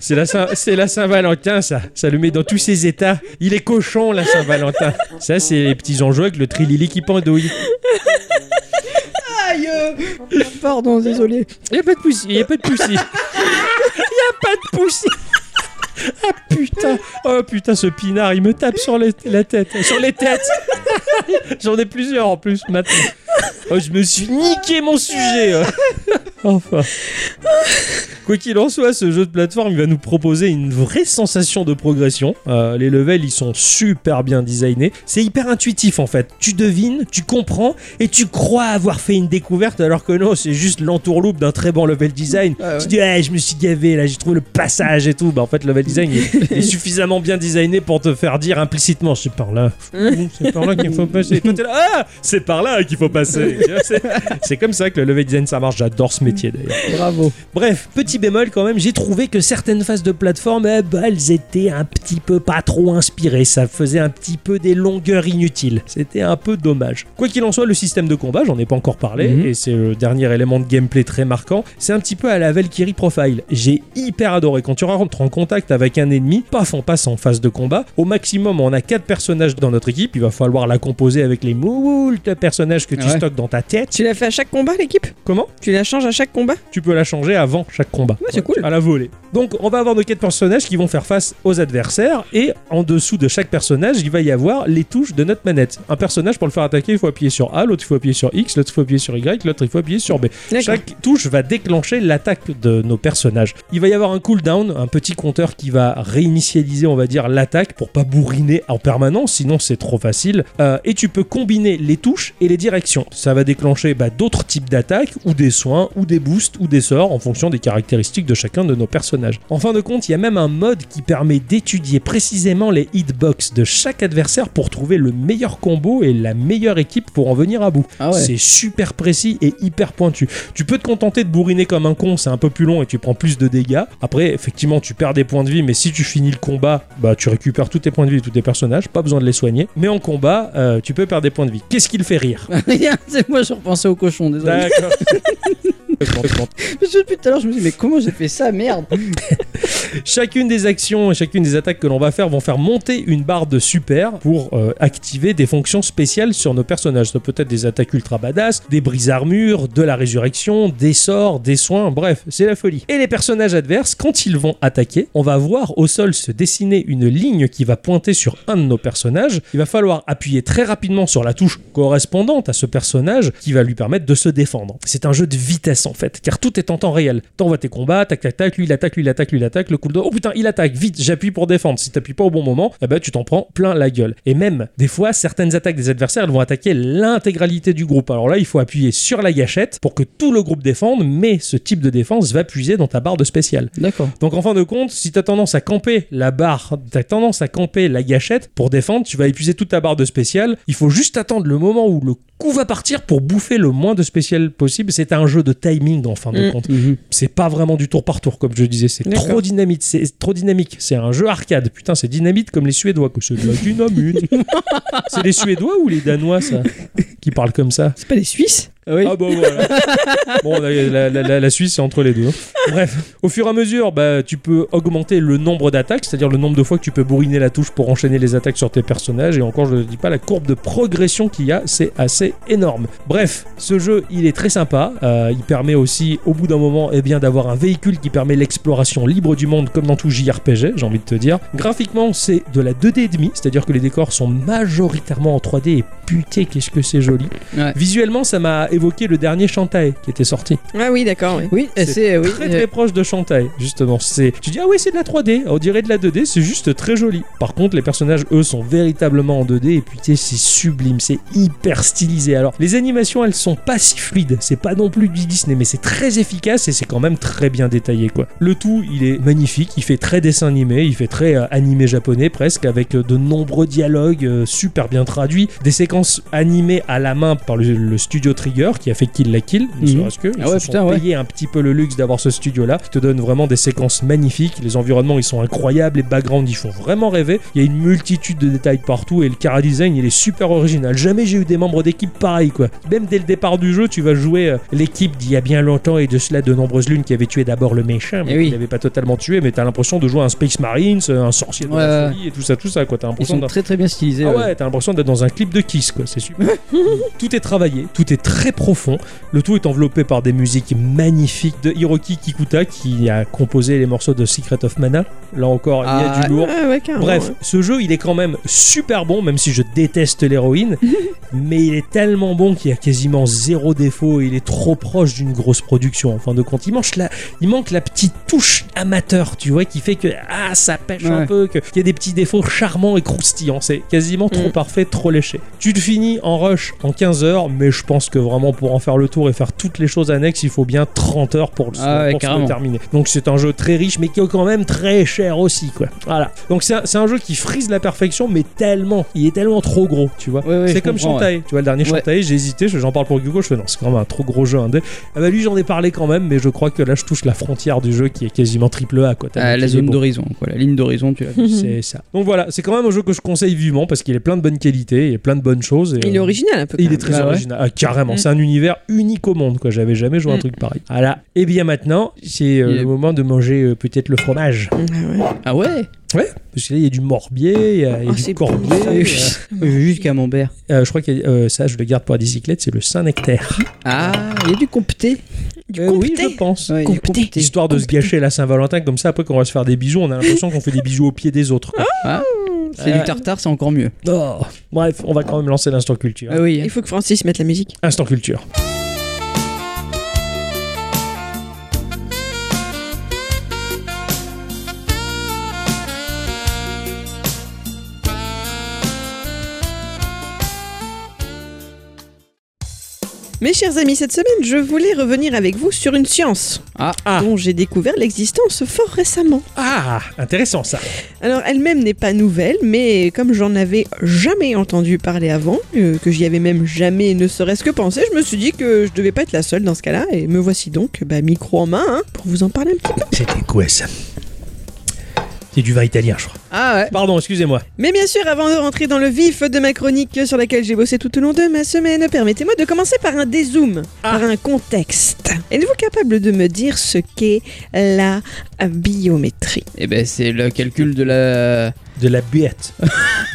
Speaker 1: C'est la, Saint- c'est la Saint-Valentin, ça. Ça le met dans tous ses états. Il est cochon, la Saint-Valentin. Ça, c'est les petits enjeux avec le trilili qui pendouille.
Speaker 3: Aïe euh, Pardon, désolé.
Speaker 1: Il a pas de poussi, il a pas de poussi. Il a pas de poussi. Ah putain, oh putain, ce pinard, il me tape sur les- la tête, sur les têtes. J'en ai plusieurs en plus maintenant. Oh, je me suis niqué mon sujet. euh. Enfin. Quoi qu'il en soit, ce jeu de plateforme il va nous proposer une vraie sensation de progression. Euh, les levels, ils sont super bien designés. C'est hyper intuitif en fait. Tu devines, tu comprends et tu crois avoir fait une découverte alors que non, c'est juste l'entourloupe d'un très bon level design.
Speaker 3: Ah ouais.
Speaker 1: Tu dis, Ah, je me suis gavé là, j'ai trouvé le passage et tout. Bah en fait, le level design est, est suffisamment bien designé pour te faire dire implicitement, c'est par là. Mmh, C'est par là qu'il faut passer. Toi, t'es là, ah, c'est par là qu'il faut passer. Tu vois, c'est- C'est comme ça que le level design ça marche. J'adore ce métier d'ailleurs.
Speaker 3: Bravo.
Speaker 1: Bref, petit bémol quand même, j'ai trouvé que certaines phases de plateforme, eh ben, elles étaient un petit peu pas trop inspirées, ça faisait un petit peu des longueurs inutiles, c'était un peu dommage. Quoi qu'il en soit, le système de combat, j'en ai pas encore parlé,
Speaker 3: Mhm.
Speaker 1: et c'est le dernier élément de gameplay très marquant, c'est un petit peu à la Valkyrie Profile. J'ai hyper adoré, quand tu rentres en contact avec un ennemi, paf, on passe en phase de combat, au maximum on a 4 personnages dans notre équipe, il va falloir la composer avec les moult personnages que tu
Speaker 3: Ouais.
Speaker 1: stockes dans ta tête.
Speaker 2: Tu l'as fait à chaque combat, l'équipe
Speaker 1: Comment
Speaker 2: Tu la changes à chaque combat
Speaker 1: Tu peux la changer avant chaque combat. combat.
Speaker 2: Ouais, c'est cool.
Speaker 1: À la volée. Donc, on va avoir nos quatre personnages qui vont faire face aux adversaires. Et en dessous de chaque personnage, il va y avoir les touches de notre manette. Un personnage, pour le faire attaquer, il faut appuyer sur A, l'autre, il faut appuyer sur X, l'autre, il faut appuyer sur Y, l'autre, il faut appuyer sur B.
Speaker 2: D'accord.
Speaker 1: Chaque touche va déclencher l'attaque de nos personnages. Il va y avoir un cooldown, un petit compteur qui va réinitialiser, on va dire, l'attaque pour pas bourriner en permanence, sinon c'est trop facile. Euh, et tu peux combiner les touches et les directions. Ça va déclencher bah, d'autres types d'attaques, ou des soins, ou des boosts, ou des sorts, en fonction des caractéristiques de chacun de nos personnages. En fin de compte, il y a même un mode qui permet d'étudier précisément les hitbox de chaque adversaire pour trouver le meilleur combo et la meilleure équipe pour en venir à bout.
Speaker 3: Ah ouais.
Speaker 1: C'est super précis et hyper pointu. Tu peux te contenter de bourriner comme un con, c'est un peu plus long et tu prends plus de dégâts. Après, effectivement, tu perds des points de vie, mais si tu finis le combat, bah tu récupères tous tes points de vie de tous tes personnages, pas besoin de les soigner. Mais en combat, euh, tu peux perdre des points de vie. Qu'est-ce qu'il fait rire
Speaker 3: Rien, c'est moi je repensais au cochon, désolé.
Speaker 1: D'accord.
Speaker 3: Parce que depuis tout à l'heure je me dis mais comment j'ai fait ça, merde
Speaker 1: Chacune des actions et chacune des attaques que l'on va faire vont faire monter une barre de super pour euh, activer des fonctions spéciales sur nos personnages. Ça peut être des attaques ultra badass, des brises armures, de la résurrection, des sorts, des soins, bref, c'est la folie. Et les personnages adverses, quand ils vont attaquer, on va voir au sol se dessiner une ligne qui va pointer sur un de nos personnages. Il va falloir appuyer très rapidement sur la touche correspondante à ce personnage qui va lui permettre de se défendre. C'est un jeu de vitesse en fait, car tout est en temps réel. T'envoies tes combats, tac tac tac, lui il attaque, lui il attaque, lui il attaque, le cooldown. Oh putain, il attaque, vite, j'appuie pour défendre. Si t'appuies pas au bon moment, eh ben, tu t'en prends plein la gueule. Et même, des fois, certaines attaques des adversaires elles vont attaquer l'intégralité du groupe. Alors là, il faut appuyer sur la gâchette pour que tout le groupe défende, mais ce type de défense va puiser dans ta barre de spécial.
Speaker 3: D'accord.
Speaker 1: Donc en fin de compte, si t'as tendance à camper la barre, t'as tendance à camper la gâchette pour défendre, tu vas épuiser toute ta barre de spécial. Il faut juste attendre le moment où le coup va partir pour bouffer le moins de spécial possible. C'est un jeu de timing en fin de
Speaker 2: Mm.
Speaker 1: compte.
Speaker 3: Mhm.
Speaker 1: C'est pas vraiment du tour par tour comme je disais, c'est
Speaker 2: D'accord.
Speaker 1: trop dynamique, c'est trop dynamique. C'est un jeu arcade. Putain, c'est dynamite comme les Suédois que c'est de la dynamite. c'est les Suédois ou les Danois ça qui parlent comme ça
Speaker 2: C'est pas des Suisses
Speaker 3: Oui.
Speaker 1: ah bah voilà. bon, la, la- la- la- la Suisse, c'est entre les deux. Bref, au fur et à mesure, bah, tu peux augmenter le nombre d'attaques, c'est-à-dire le nombre de fois que tu peux bourriner la touche pour enchaîner les attaques sur tes personnages. Et encore, je ne dis pas, la courbe de progression qu'il y a, c'est assez énorme. Bref, ce jeu, il est très sympa. Euh, il permet aussi, au bout d'un moment, eh bien, d'avoir un véhicule qui permet l'exploration libre du monde, comme dans tout JRPG, j'ai envie de te dire. Graphiquement, c'est de la 2D et demi, c'est-à-dire que les décors sont majoritairement en 3D. Et putain, qu'est-ce que c'est joli. Visuellement, ça m'a évoqué le dernier Shantae qui était sorti.
Speaker 2: Ah oui, d'accord, oui.
Speaker 3: Oui,
Speaker 1: C'est
Speaker 3: c'est Eh oui. euh,
Speaker 1: Très très proche de Shantae, justement. C'est, tu dis ah oui c'est de la 3D, on dirait de la 2D, c'est juste très joli. Par contre, les personnages eux sont véritablement en 2D et putain c'est sublime, c'est hyper stylisé. Alors les animations elles sont pas si fluides, c'est pas non plus du Disney, mais c'est très efficace et c'est quand même très bien détaillé quoi. Le tout il est magnifique, il fait très dessin animé, il fait très euh, animé japonais presque avec euh, de nombreux dialogues euh, super bien traduits, des séquences animées à la main par le, le studio Trigger qui a fait Kill la Kill, ne
Speaker 3: Mhm.
Speaker 1: serait-ce que ils
Speaker 3: Ah ouais,
Speaker 1: se
Speaker 3: putain,
Speaker 1: sont
Speaker 3: ouais.
Speaker 1: payés un petit peu le luxe d'avoir ce studio là qui te donne vraiment des séquences magnifiques les environnements ils sont incroyables les backgrounds ils font vraiment rêver il y a une multitude de détails partout et le cara design il est super original jamais j'ai eu des membres d'équipe pareil quoi même dès le départ du jeu tu vas jouer euh, l'équipe d'il y a bien longtemps et de cela de nombreuses lunes qui avait tué d'abord le méchant mais
Speaker 3: Eh oui.
Speaker 1: qui l'avait pas totalement tué mais t'as l'impression de jouer un Space Marines euh, un sorcier de
Speaker 3: Ouais,
Speaker 1: la
Speaker 3: ouais.
Speaker 1: folie et tout ça tout ça quoi t'as
Speaker 3: Ils
Speaker 1: l'impression
Speaker 3: sont
Speaker 1: d'un-
Speaker 3: très très bien stylisés. Euh,
Speaker 1: ah ouais, t'as l'impression d'être dans un clip de Kiss, quoi, c'est super. tout est travaillé, tout est très profond. Le tout est enveloppé par des musiques magnifiques de Hiroki Kikuta qui a composé les morceaux de Secret of Mana. Là encore, il y
Speaker 3: Ah,
Speaker 1: a du lourd.
Speaker 2: Ah ouais, carrément.
Speaker 1: Bref,
Speaker 2: ouais.
Speaker 1: ce jeu, il est quand même super bon, même si je déteste l'héroïne, mais il est tellement bon qu'il y a quasiment zéro défaut et il est trop proche d'une grosse production. En fin de compte, il manque la, il manque la petite touche amateur, tu vois, qui fait que ah ça pêche un
Speaker 3: Ouais.
Speaker 1: peu, que- qu'il y a des petits défauts charmants et croustillants. C'est quasiment trop
Speaker 2: Mm.
Speaker 1: parfait, trop léché. Tu le finis en rush en 15 heures, mais je pense que vraiment pour en faire le tour et faire toutes les choses annexes, il faut bien 30 heures pour le
Speaker 3: Ah ouais,
Speaker 1: pour se le
Speaker 3: carrément.
Speaker 1: terminer. Donc c'est un jeu très riche, mais qui est quand même très cher aussi, quoi. Voilà. Donc c'est un, c'est un jeu qui frise la perfection, mais tellement, il est tellement trop gros, tu vois.
Speaker 3: Ouais, ouais,
Speaker 1: c'est
Speaker 3: je
Speaker 1: comme
Speaker 3: comprends,
Speaker 1: Shantae, tu vois, le dernier
Speaker 3: Ouais.
Speaker 1: Shantae, j'ai hésité, je- j'en parle pour Hugo, je fais non, c'est quand même un trop gros jeu indé. Ah bah lui, j'en ai parlé quand même, mais je crois que là, je touche la frontière du jeu qui est quasiment triple A, quoi. T'as
Speaker 3: Ah,
Speaker 1: vu
Speaker 3: la
Speaker 1: qu'il est
Speaker 3: zone
Speaker 1: beau.
Speaker 3: d'horizon, quoi, la ligne d'horizon, tu l'as vu.
Speaker 1: C'est ça. Donc voilà, c'est quand même un jeu que je conseille vivement parce qu'il est plein de bonnes qualités, il est plein de bonnes choses. et,
Speaker 2: Il est
Speaker 1: euh,
Speaker 2: original un peu.
Speaker 1: et
Speaker 2: quand
Speaker 1: il est
Speaker 2: même.
Speaker 1: très
Speaker 3: Ah ouais
Speaker 1: original. Ah, carrément,
Speaker 2: Mm.
Speaker 1: c'est un univers unique au monde. quoi. J'avais jamais joué à un
Speaker 2: Mm.
Speaker 1: truc pareil. Voilà. Et bien maintenant, c'est euh,
Speaker 3: Il est-
Speaker 1: le moment de manger euh, peut-être le fromage.
Speaker 2: Ah ouais.
Speaker 3: Ah ouais
Speaker 1: Ouais. Parce que là, il y a du morbier, il y a, il y a
Speaker 2: Ah,
Speaker 1: du
Speaker 2: c'est
Speaker 1: corbier.
Speaker 2: bon,
Speaker 1: euh,
Speaker 3: Juste camembert.
Speaker 1: euh, je crois que ça, je le garde pour la bicyclette, c'est le Saint-Nectaire.
Speaker 3: Ah, il y a du compté.
Speaker 2: Du
Speaker 1: Euh, oui,
Speaker 2: compté.
Speaker 1: je pense.
Speaker 3: Ouais,
Speaker 2: Compté.
Speaker 3: compté.
Speaker 1: Histoire de se gâcher la Saint-Valentin, comme ça, après qu'on va se faire des bisous, on a l'impression qu'on fait des bisous aux pieds des autres. quoi.
Speaker 3: C'est du tartare, c'est encore mieux.
Speaker 1: Oh. Bref, on va quand même lancer l'instant culture.
Speaker 3: Ah oui.
Speaker 2: Il faut que Francis mette la musique.
Speaker 1: Instant culture.
Speaker 2: Mes chers amis, cette semaine, je voulais revenir avec vous sur une science
Speaker 3: Ah.
Speaker 1: Ah.
Speaker 2: dont j'ai découvert l'existence fort récemment.
Speaker 1: Ah, intéressant ça.
Speaker 2: Alors elle-même n'est pas nouvelle, mais comme j'en avais jamais entendu parler avant, euh, que j'y avais même jamais ne serait-ce que pensé, je me suis dit que je devais pas être la seule dans ce cas-là, et me voici donc, bah, micro en main, hein, pour vous en parler un petit peu.
Speaker 1: C'était quoi ça C'est du vin italien, je crois.
Speaker 3: Ah ouais.
Speaker 1: Pardon, excusez-moi.
Speaker 2: Mais bien sûr, avant de rentrer dans le vif de ma chronique sur laquelle j'ai bossé tout au long de ma semaine, permettez-moi de commencer par un dézoom,
Speaker 3: Ah.
Speaker 2: par un contexte. Êtes-vous capable de me dire ce qu'est la biométrie
Speaker 3: Eh ben c'est le calcul de la.
Speaker 1: De la buette.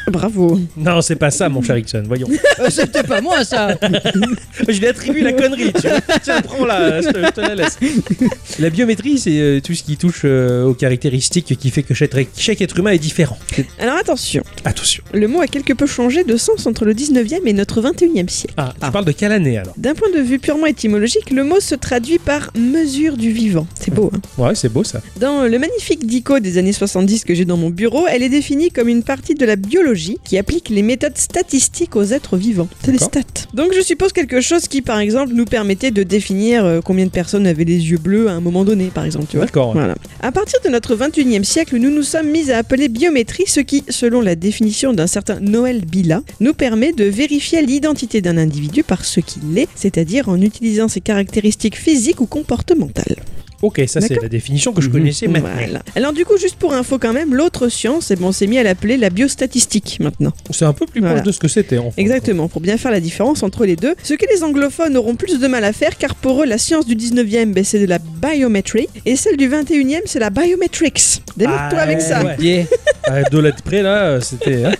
Speaker 2: Bravo.
Speaker 1: Non, c'est pas ça, mon cher Ixon, voyons.
Speaker 3: Euh, C'était pas moi ça.
Speaker 1: Je lui attribue la connerie, tu vois. Tiens, prends-la, je te, je te la laisse. La biométrie, c'est euh, tout ce qui touche euh, aux caractéristiques qui fait que chaque, chaque être humain est différent.
Speaker 2: Alors attention,
Speaker 1: Attention.
Speaker 2: le mot a quelque peu changé de sens entre le 19e et notre 21e siècle.
Speaker 1: Ah, tu parles de quelle année alors
Speaker 2: D'un point de vue purement étymologique, le mot se traduit par mesure du vivant. C'est beau, hein
Speaker 1: Ouais, c'est beau ça.
Speaker 2: Dans le magnifique dico des années 70 que j'ai dans mon bureau, elle est définie comme une partie de la biologie qui applique les méthodes statistiques aux êtres vivants. C'est les
Speaker 1: D'accord.
Speaker 2: stats. Donc je suppose quelque chose qui, par exemple, nous permettait de définir euh, combien de personnes avaient les yeux bleus à un moment donné, par exemple, tu vois.
Speaker 1: D'accord.
Speaker 2: Voilà. À partir de notre 21e siècle, nous nous sommes mis à appeler biométrie ce qui, selon la définition d'un certain Noël Bila, nous permet de vérifier l'identité d'un individu par ce qu'il est, c'est-à-dire en utilisant ses caractéristiques physiques ou comportementales.
Speaker 1: Ok, ça c'est
Speaker 2: D'accord.
Speaker 1: la définition que je
Speaker 3: Mhm.
Speaker 1: connaissais maintenant.
Speaker 2: Voilà. Alors du coup, juste pour info quand même, l'autre science, eh ben, on s'est mis à l'appeler la biostatistique maintenant.
Speaker 1: C'est un peu plus
Speaker 2: Voilà.
Speaker 1: proche de ce que c'était en fait.
Speaker 2: Exactement, pour bien faire la différence entre les deux. Ce que les anglophones auront plus de mal à faire, car pour eux, la science du 19e, ben, c'est de la biométrie, et celle du 21e, c'est la biometrics. Démerde-toi
Speaker 1: Ah,
Speaker 2: avec ça.
Speaker 1: ouais.
Speaker 3: Yeah.
Speaker 1: À deux lettres Ah, près là, euh, c'était. hein.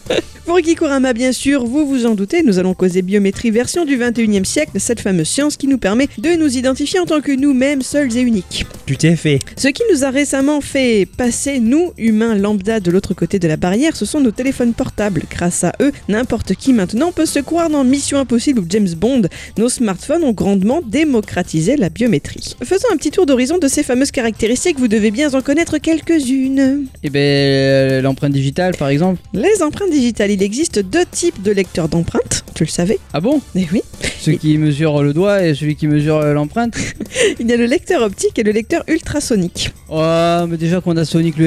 Speaker 2: Pour Gikorama, bien sûr, vous vous en doutez, nous allons causer biométrie version du 21e siècle, cette fameuse science qui nous permet de nous identifier en tant que nous-mêmes seuls et uniques.
Speaker 1: tu t'es fait.
Speaker 2: Ce qui nous a récemment fait passer, nous, humains lambda, de l'autre côté de la barrière, ce sont nos téléphones portables. Grâce à eux, n'importe qui maintenant peut se croire dans Mission Impossible ou James Bond. Nos smartphones ont grandement démocratisé la biométrie. Faisons un petit tour d'horizon de ces fameuses caractéristiques, vous devez bien en connaître quelques-unes.
Speaker 3: Eh ben euh, l'empreinte digitale par exemple.
Speaker 2: Les empreintes digitales, il existe deux types de lecteurs d'empreintes, tu le savais
Speaker 3: Ah bon
Speaker 2: Eh oui.
Speaker 3: Celui qui mesure le doigt et celui qui mesure euh, l'empreinte.
Speaker 2: Il y a le lecteur optique et le lecteur ultrasonique.
Speaker 3: Oh mais déjà qu'on a Sonic le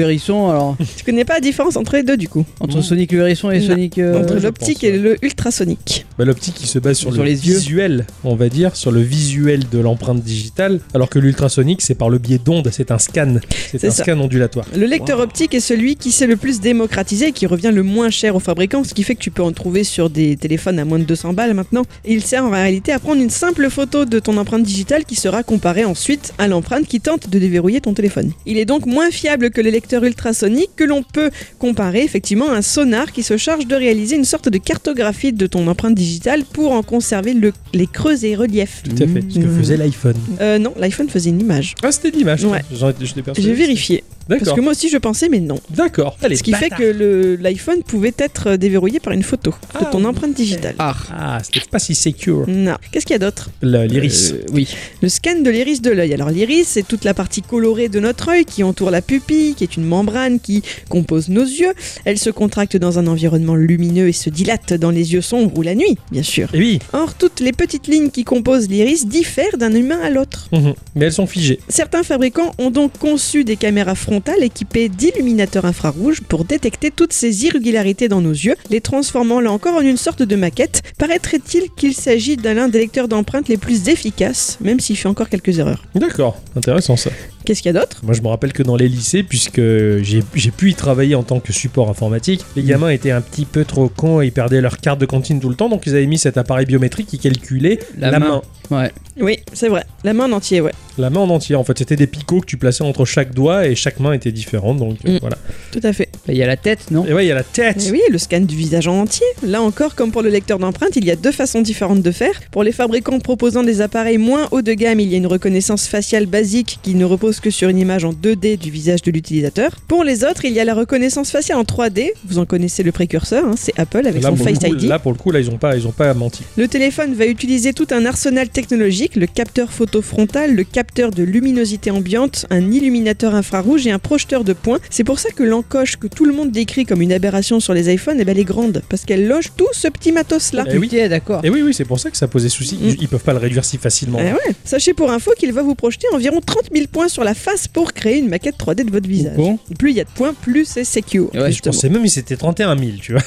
Speaker 3: hérisson alors
Speaker 2: Tu connais pas la différence entre les deux du coup
Speaker 3: entre
Speaker 1: Mmh.
Speaker 3: Sonic le hérisson et
Speaker 2: Non.
Speaker 3: Sonic. euh,
Speaker 2: Entre
Speaker 1: je
Speaker 2: l'optique
Speaker 1: pense,
Speaker 2: et
Speaker 1: ouais.
Speaker 2: le ultrasonique.
Speaker 1: Bah, L'optique qui se base sur,
Speaker 3: Sur
Speaker 1: le
Speaker 3: les yeux.
Speaker 1: visuel, on va dire, sur le visuel de l'empreinte digitale, alors que l'ultrasonique c'est par le biais d'ondes, c'est un scan, c'est
Speaker 2: C'est
Speaker 1: un
Speaker 2: ça.
Speaker 1: scan ondulatoire.
Speaker 2: Le lecteur optique est celui qui s'est le plus démocratisé et qui revient le moins cher aux fabricants, ce qui fait que tu peux en trouver sur des téléphones à moins de 200 balles maintenant. Il sert en réalité à prendre une simple photo de ton empreinte digitale qui sera comparée ensuite à l'empreinte qui tente de déverrouiller ton téléphone. Il est donc moins fiable que le lecteur ultrasonique que l'on peut comparer effectivement à un sonar qui se charge de réaliser une sorte de cartographie de ton empreinte digitale pour en conserver le- les creux et reliefs.
Speaker 1: Tout à fait, ce que
Speaker 2: Mmh.
Speaker 1: faisait l'iPhone.
Speaker 2: Euh, non, l'iPhone faisait une image.
Speaker 1: Ah, c'était l'image.
Speaker 2: Ouais.
Speaker 1: J'en étais- je l'ai perçu.
Speaker 2: J'ai vérifié. Parce
Speaker 1: D'accord.
Speaker 2: que moi aussi je pensais, mais non.
Speaker 1: D'accord. Allez,
Speaker 2: Ce qui fait
Speaker 1: bâtard.
Speaker 2: que le- l'iPhone pouvait être euh, déverrouillé par une photo de
Speaker 1: Ah,
Speaker 2: ton empreinte digitale.
Speaker 3: Ah.
Speaker 1: Ah, c'était pas si secure.
Speaker 2: Non. Qu'est-ce qu'il y a d'autre
Speaker 1: Le- L'iris.
Speaker 3: Euh, oui.
Speaker 2: Le scan de l'iris de l'œil. Alors l'iris, c'est toute la partie colorée de notre œil qui entoure la pupille, qui est une membrane qui compose nos yeux. Elle se contracte dans un environnement lumineux et se dilate dans les yeux sombres ou la nuit, bien sûr.
Speaker 1: Eh oui,
Speaker 2: Or, toutes les petites lignes qui composent l'iris diffèrent d'un humain à l'autre.
Speaker 1: Mhm. mais elles sont figées.
Speaker 2: Certains fabricants ont donc conçu des caméras frontales équipées d'illuminateurs infrarouges pour détecter toutes ces irrégularités dans nos yeux, les transformant là encore en une sorte de maquette. Paraîtrait-il qu'il s'agit d'un l'un des lecteurs d'empreintes les plus efficaces, même s'il fait encore quelques erreurs.
Speaker 1: D'accord, intéressant ça.
Speaker 2: Qu'est-ce qu'il y a d'autre
Speaker 1: Moi, je me rappelle que dans les lycées, puisque j'ai j'ai pu y travailler en tant que support informatique, les gamins étaient un petit peu trop cons et ils perdaient leur carte de cantine tout le temps, donc ils avaient mis cet appareil biométrique qui calculait
Speaker 3: La
Speaker 1: la,
Speaker 3: main.
Speaker 1: main.
Speaker 3: Ouais.
Speaker 2: Oui, c'est vrai. La main en entier, ouais.
Speaker 1: La main en entier, en fait, c'était des picots que tu plaçais entre chaque doigt et chaque main était différente, donc euh,
Speaker 2: Mm.
Speaker 1: voilà.
Speaker 2: Tout à fait.
Speaker 3: Il y a la tête, non
Speaker 1: Et ouais, il y a la tête.
Speaker 2: Et Eh oui, le scan du visage en entier. Là encore, comme pour le lecteur d'empreintes, il y a deux façons différentes de faire. Pour les fabricants proposant des appareils moins haut de gamme, il y a une reconnaissance faciale basique qui ne repose que sur une image en 2D du visage de l'utilisateur. Pour les autres, il y a la reconnaissance faciale en 3D. Vous en connaissez le précurseur, hein, c'est Apple avec
Speaker 1: là,
Speaker 2: son
Speaker 1: pour le
Speaker 2: Face
Speaker 1: coup,
Speaker 2: ID.
Speaker 1: là, pour le coup, là, ils ont pas, ils ont pas menti.
Speaker 2: Le téléphone va utiliser tout un arsenal technologique, le capteur photo frontal, le capteur de luminosité ambiante, un illuminateur infrarouge et un projeteur de points. C'est pour ça que l'encoche que tout le monde décrit comme une aberration sur les iPhones, eh ben, elle est grande, parce qu'elle loge tout ce petit matos-là.
Speaker 1: Eh oui.
Speaker 3: Ah, Putain, d'accord.
Speaker 1: Et oui, oui, c'est pour ça que ça posait souci. Ils, ils peuvent pas le réduire si facilement.
Speaker 2: Ah. Mm. Eh ouais. Sachez pour info qu'il va vous projeter environ 30 000 points sur la face pour créer une maquette 3D de votre visage.
Speaker 3: Bon.
Speaker 2: Plus il y a de points, plus c'est secure.
Speaker 3: Ouais,
Speaker 1: je
Speaker 3: justement.
Speaker 1: pensais même que c'était 31 000, tu vois.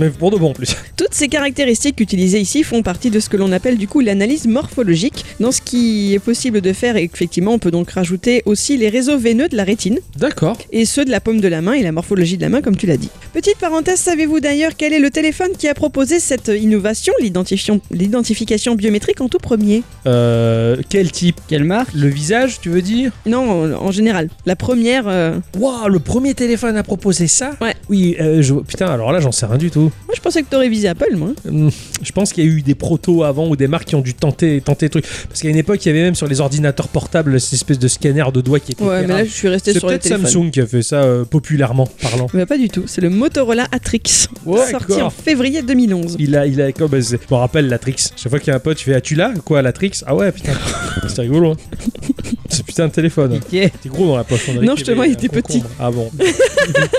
Speaker 1: Mais pour de bon en plus.
Speaker 2: Toutes ces caractéristiques utilisées ici font partie de ce que l'on appelle du coup l'analyse morphologique. Dans ce qui est possible de faire, et effectivement, on peut donc rajouter aussi les réseaux veineux de la rétine
Speaker 1: D'accord.
Speaker 2: et ceux de la paume de la main et la morphologie de la main, comme tu l'as dit. Petite parenthèse, savez-vous d'ailleurs quel est le téléphone qui a proposé cette innovation, l'identification- l'identification biométrique en tout premier
Speaker 1: Euh, quel type
Speaker 3: Quelle marque
Speaker 1: Le visage, tu veux dire
Speaker 2: Non, en, en général. La première. euh,
Speaker 1: Waouh, le premier téléphone à proposer ça
Speaker 2: Ouais.
Speaker 1: Oui, euh, je... putain, alors là, j'en sais rien du tout.
Speaker 2: Moi, je pensais que t'aurais visé Apple, moi.
Speaker 1: Hum, Je pense qu'il y a eu des protos avant ou des marques qui ont dû tenter, tenter des trucs. Parce qu'à une époque, il y avait même sur les ordinateurs portables cette espèce de scanner de doigts qui était.
Speaker 2: Ouais, mais là,
Speaker 1: opérable.
Speaker 2: je suis resté
Speaker 1: c'est
Speaker 2: sur les
Speaker 1: peut-être
Speaker 2: téléphones.
Speaker 1: Samsung qui a fait ça euh, populairement parlant.
Speaker 2: Bah, pas du tout, c'est le Motorola Atrix, sorti en
Speaker 1: D'accord.
Speaker 2: février 2011.
Speaker 1: Il a, il a, comme, je me rappelle Latrix. Chaque fois qu'il y a un pote, tu fais, ah, tu l'as Quoi, Latrix Ah ouais, putain, c'est rigolo. hein. C'est putain un téléphone.
Speaker 3: Ok.
Speaker 1: T'es gros dans la poche. on dirait
Speaker 2: Non,
Speaker 1: qu'il y
Speaker 2: justement,
Speaker 1: avait
Speaker 2: il était
Speaker 1: un concombre. Ah bon.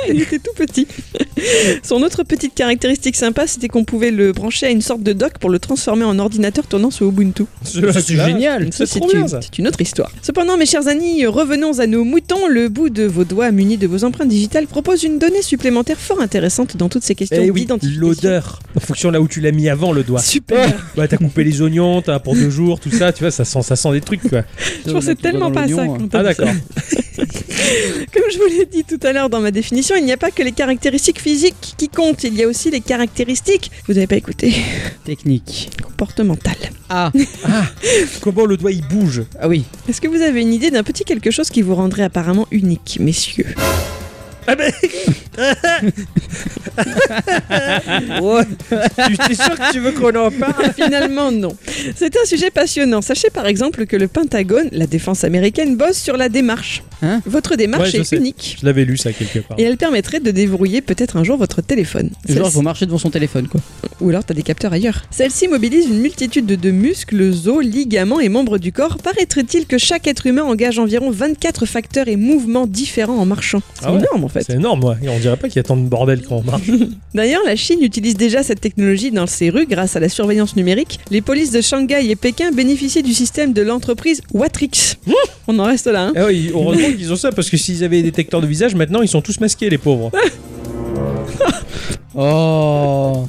Speaker 2: Il était tout petit. Son autre petite caractéristique sympa, c'était qu'on pouvait le brancher à une sorte de dock pour le transformer en ordinateur tournant sous Ubuntu.
Speaker 1: Celui-là,
Speaker 3: C'est génial.
Speaker 2: Donc ça,
Speaker 1: Ah, c'est trop bien,
Speaker 2: une,
Speaker 1: ça.
Speaker 2: c'est une autre histoire. Cependant, mes chers amis, revenons à nos moutons. Le bout de vos doigts munis de vos empreintes digitales propose une donnée supplémentaire fort intéressante dans toutes ces questions
Speaker 1: Eh oui,
Speaker 2: d'identification.
Speaker 1: l'odeur. Ah. En fonction de là où tu l'as mis avant le doigt.
Speaker 2: Super.
Speaker 1: Ouais, t'as coupé les oignons, t'as pour deux jours, tout ça, tu vois, ça sent, ça sent des trucs, quoi.
Speaker 2: Je pensais tellement pas à ça. quand t'as
Speaker 1: Ah
Speaker 2: dit ça.
Speaker 1: d'accord.
Speaker 2: Comme je vous l'ai dit tout à l'heure dans ma définition, il n'y a pas que les caractéristiques physiques qui comptent, il y a aussi les caractéristiques, vous n'avez pas écouté,
Speaker 3: Technique.
Speaker 2: comportementales.
Speaker 3: Ah,
Speaker 1: Comment le doigt il bouge
Speaker 3: ah oui.
Speaker 2: Est-ce que vous avez une idée d'un petit quelque chose qui vous rendrait apparemment unique, messieurs Ah.
Speaker 1: Tu es sûr que tu veux qu'on en parle
Speaker 2: Finalement, non. C'est un sujet passionnant. Sachez par exemple que le Pentagone, la défense américaine, bosse sur la démarche.
Speaker 3: Hein
Speaker 2: Votre démarche
Speaker 1: Ouais, je
Speaker 2: est
Speaker 1: sais.
Speaker 2: unique.
Speaker 1: Je l'avais lu ça quelque part.
Speaker 2: Et elle permettrait de déverrouiller peut-être un jour votre téléphone.
Speaker 3: Genre,
Speaker 2: Celle-ci-
Speaker 3: faut marcher devant son téléphone, quoi.
Speaker 2: Ou alors t'as des capteurs ailleurs. Celle-ci mobilise une multitude de, de muscles, os, ligaments et membres du corps. Paraîtrait-il que chaque être humain engage environ 24 facteurs et mouvements différents en marchant. C'est
Speaker 1: Ah ouais
Speaker 2: énorme en fait.
Speaker 1: C'est énorme, ouais. Et on dirait pas qu'il y a tant de bordel quand on marche.
Speaker 2: D'ailleurs, la Chine utilise déjà cette technologie dans ses rues grâce à la surveillance numérique. Les polices de Shanghai et Pékin bénéficient du système de l'entreprise Watrix. On en reste là, hein
Speaker 1: Ah oui, heureusement qu'ils ont ça parce que s'ils avaient des détecteurs de visage, maintenant ils sont tous masqués, les pauvres.
Speaker 3: Oh.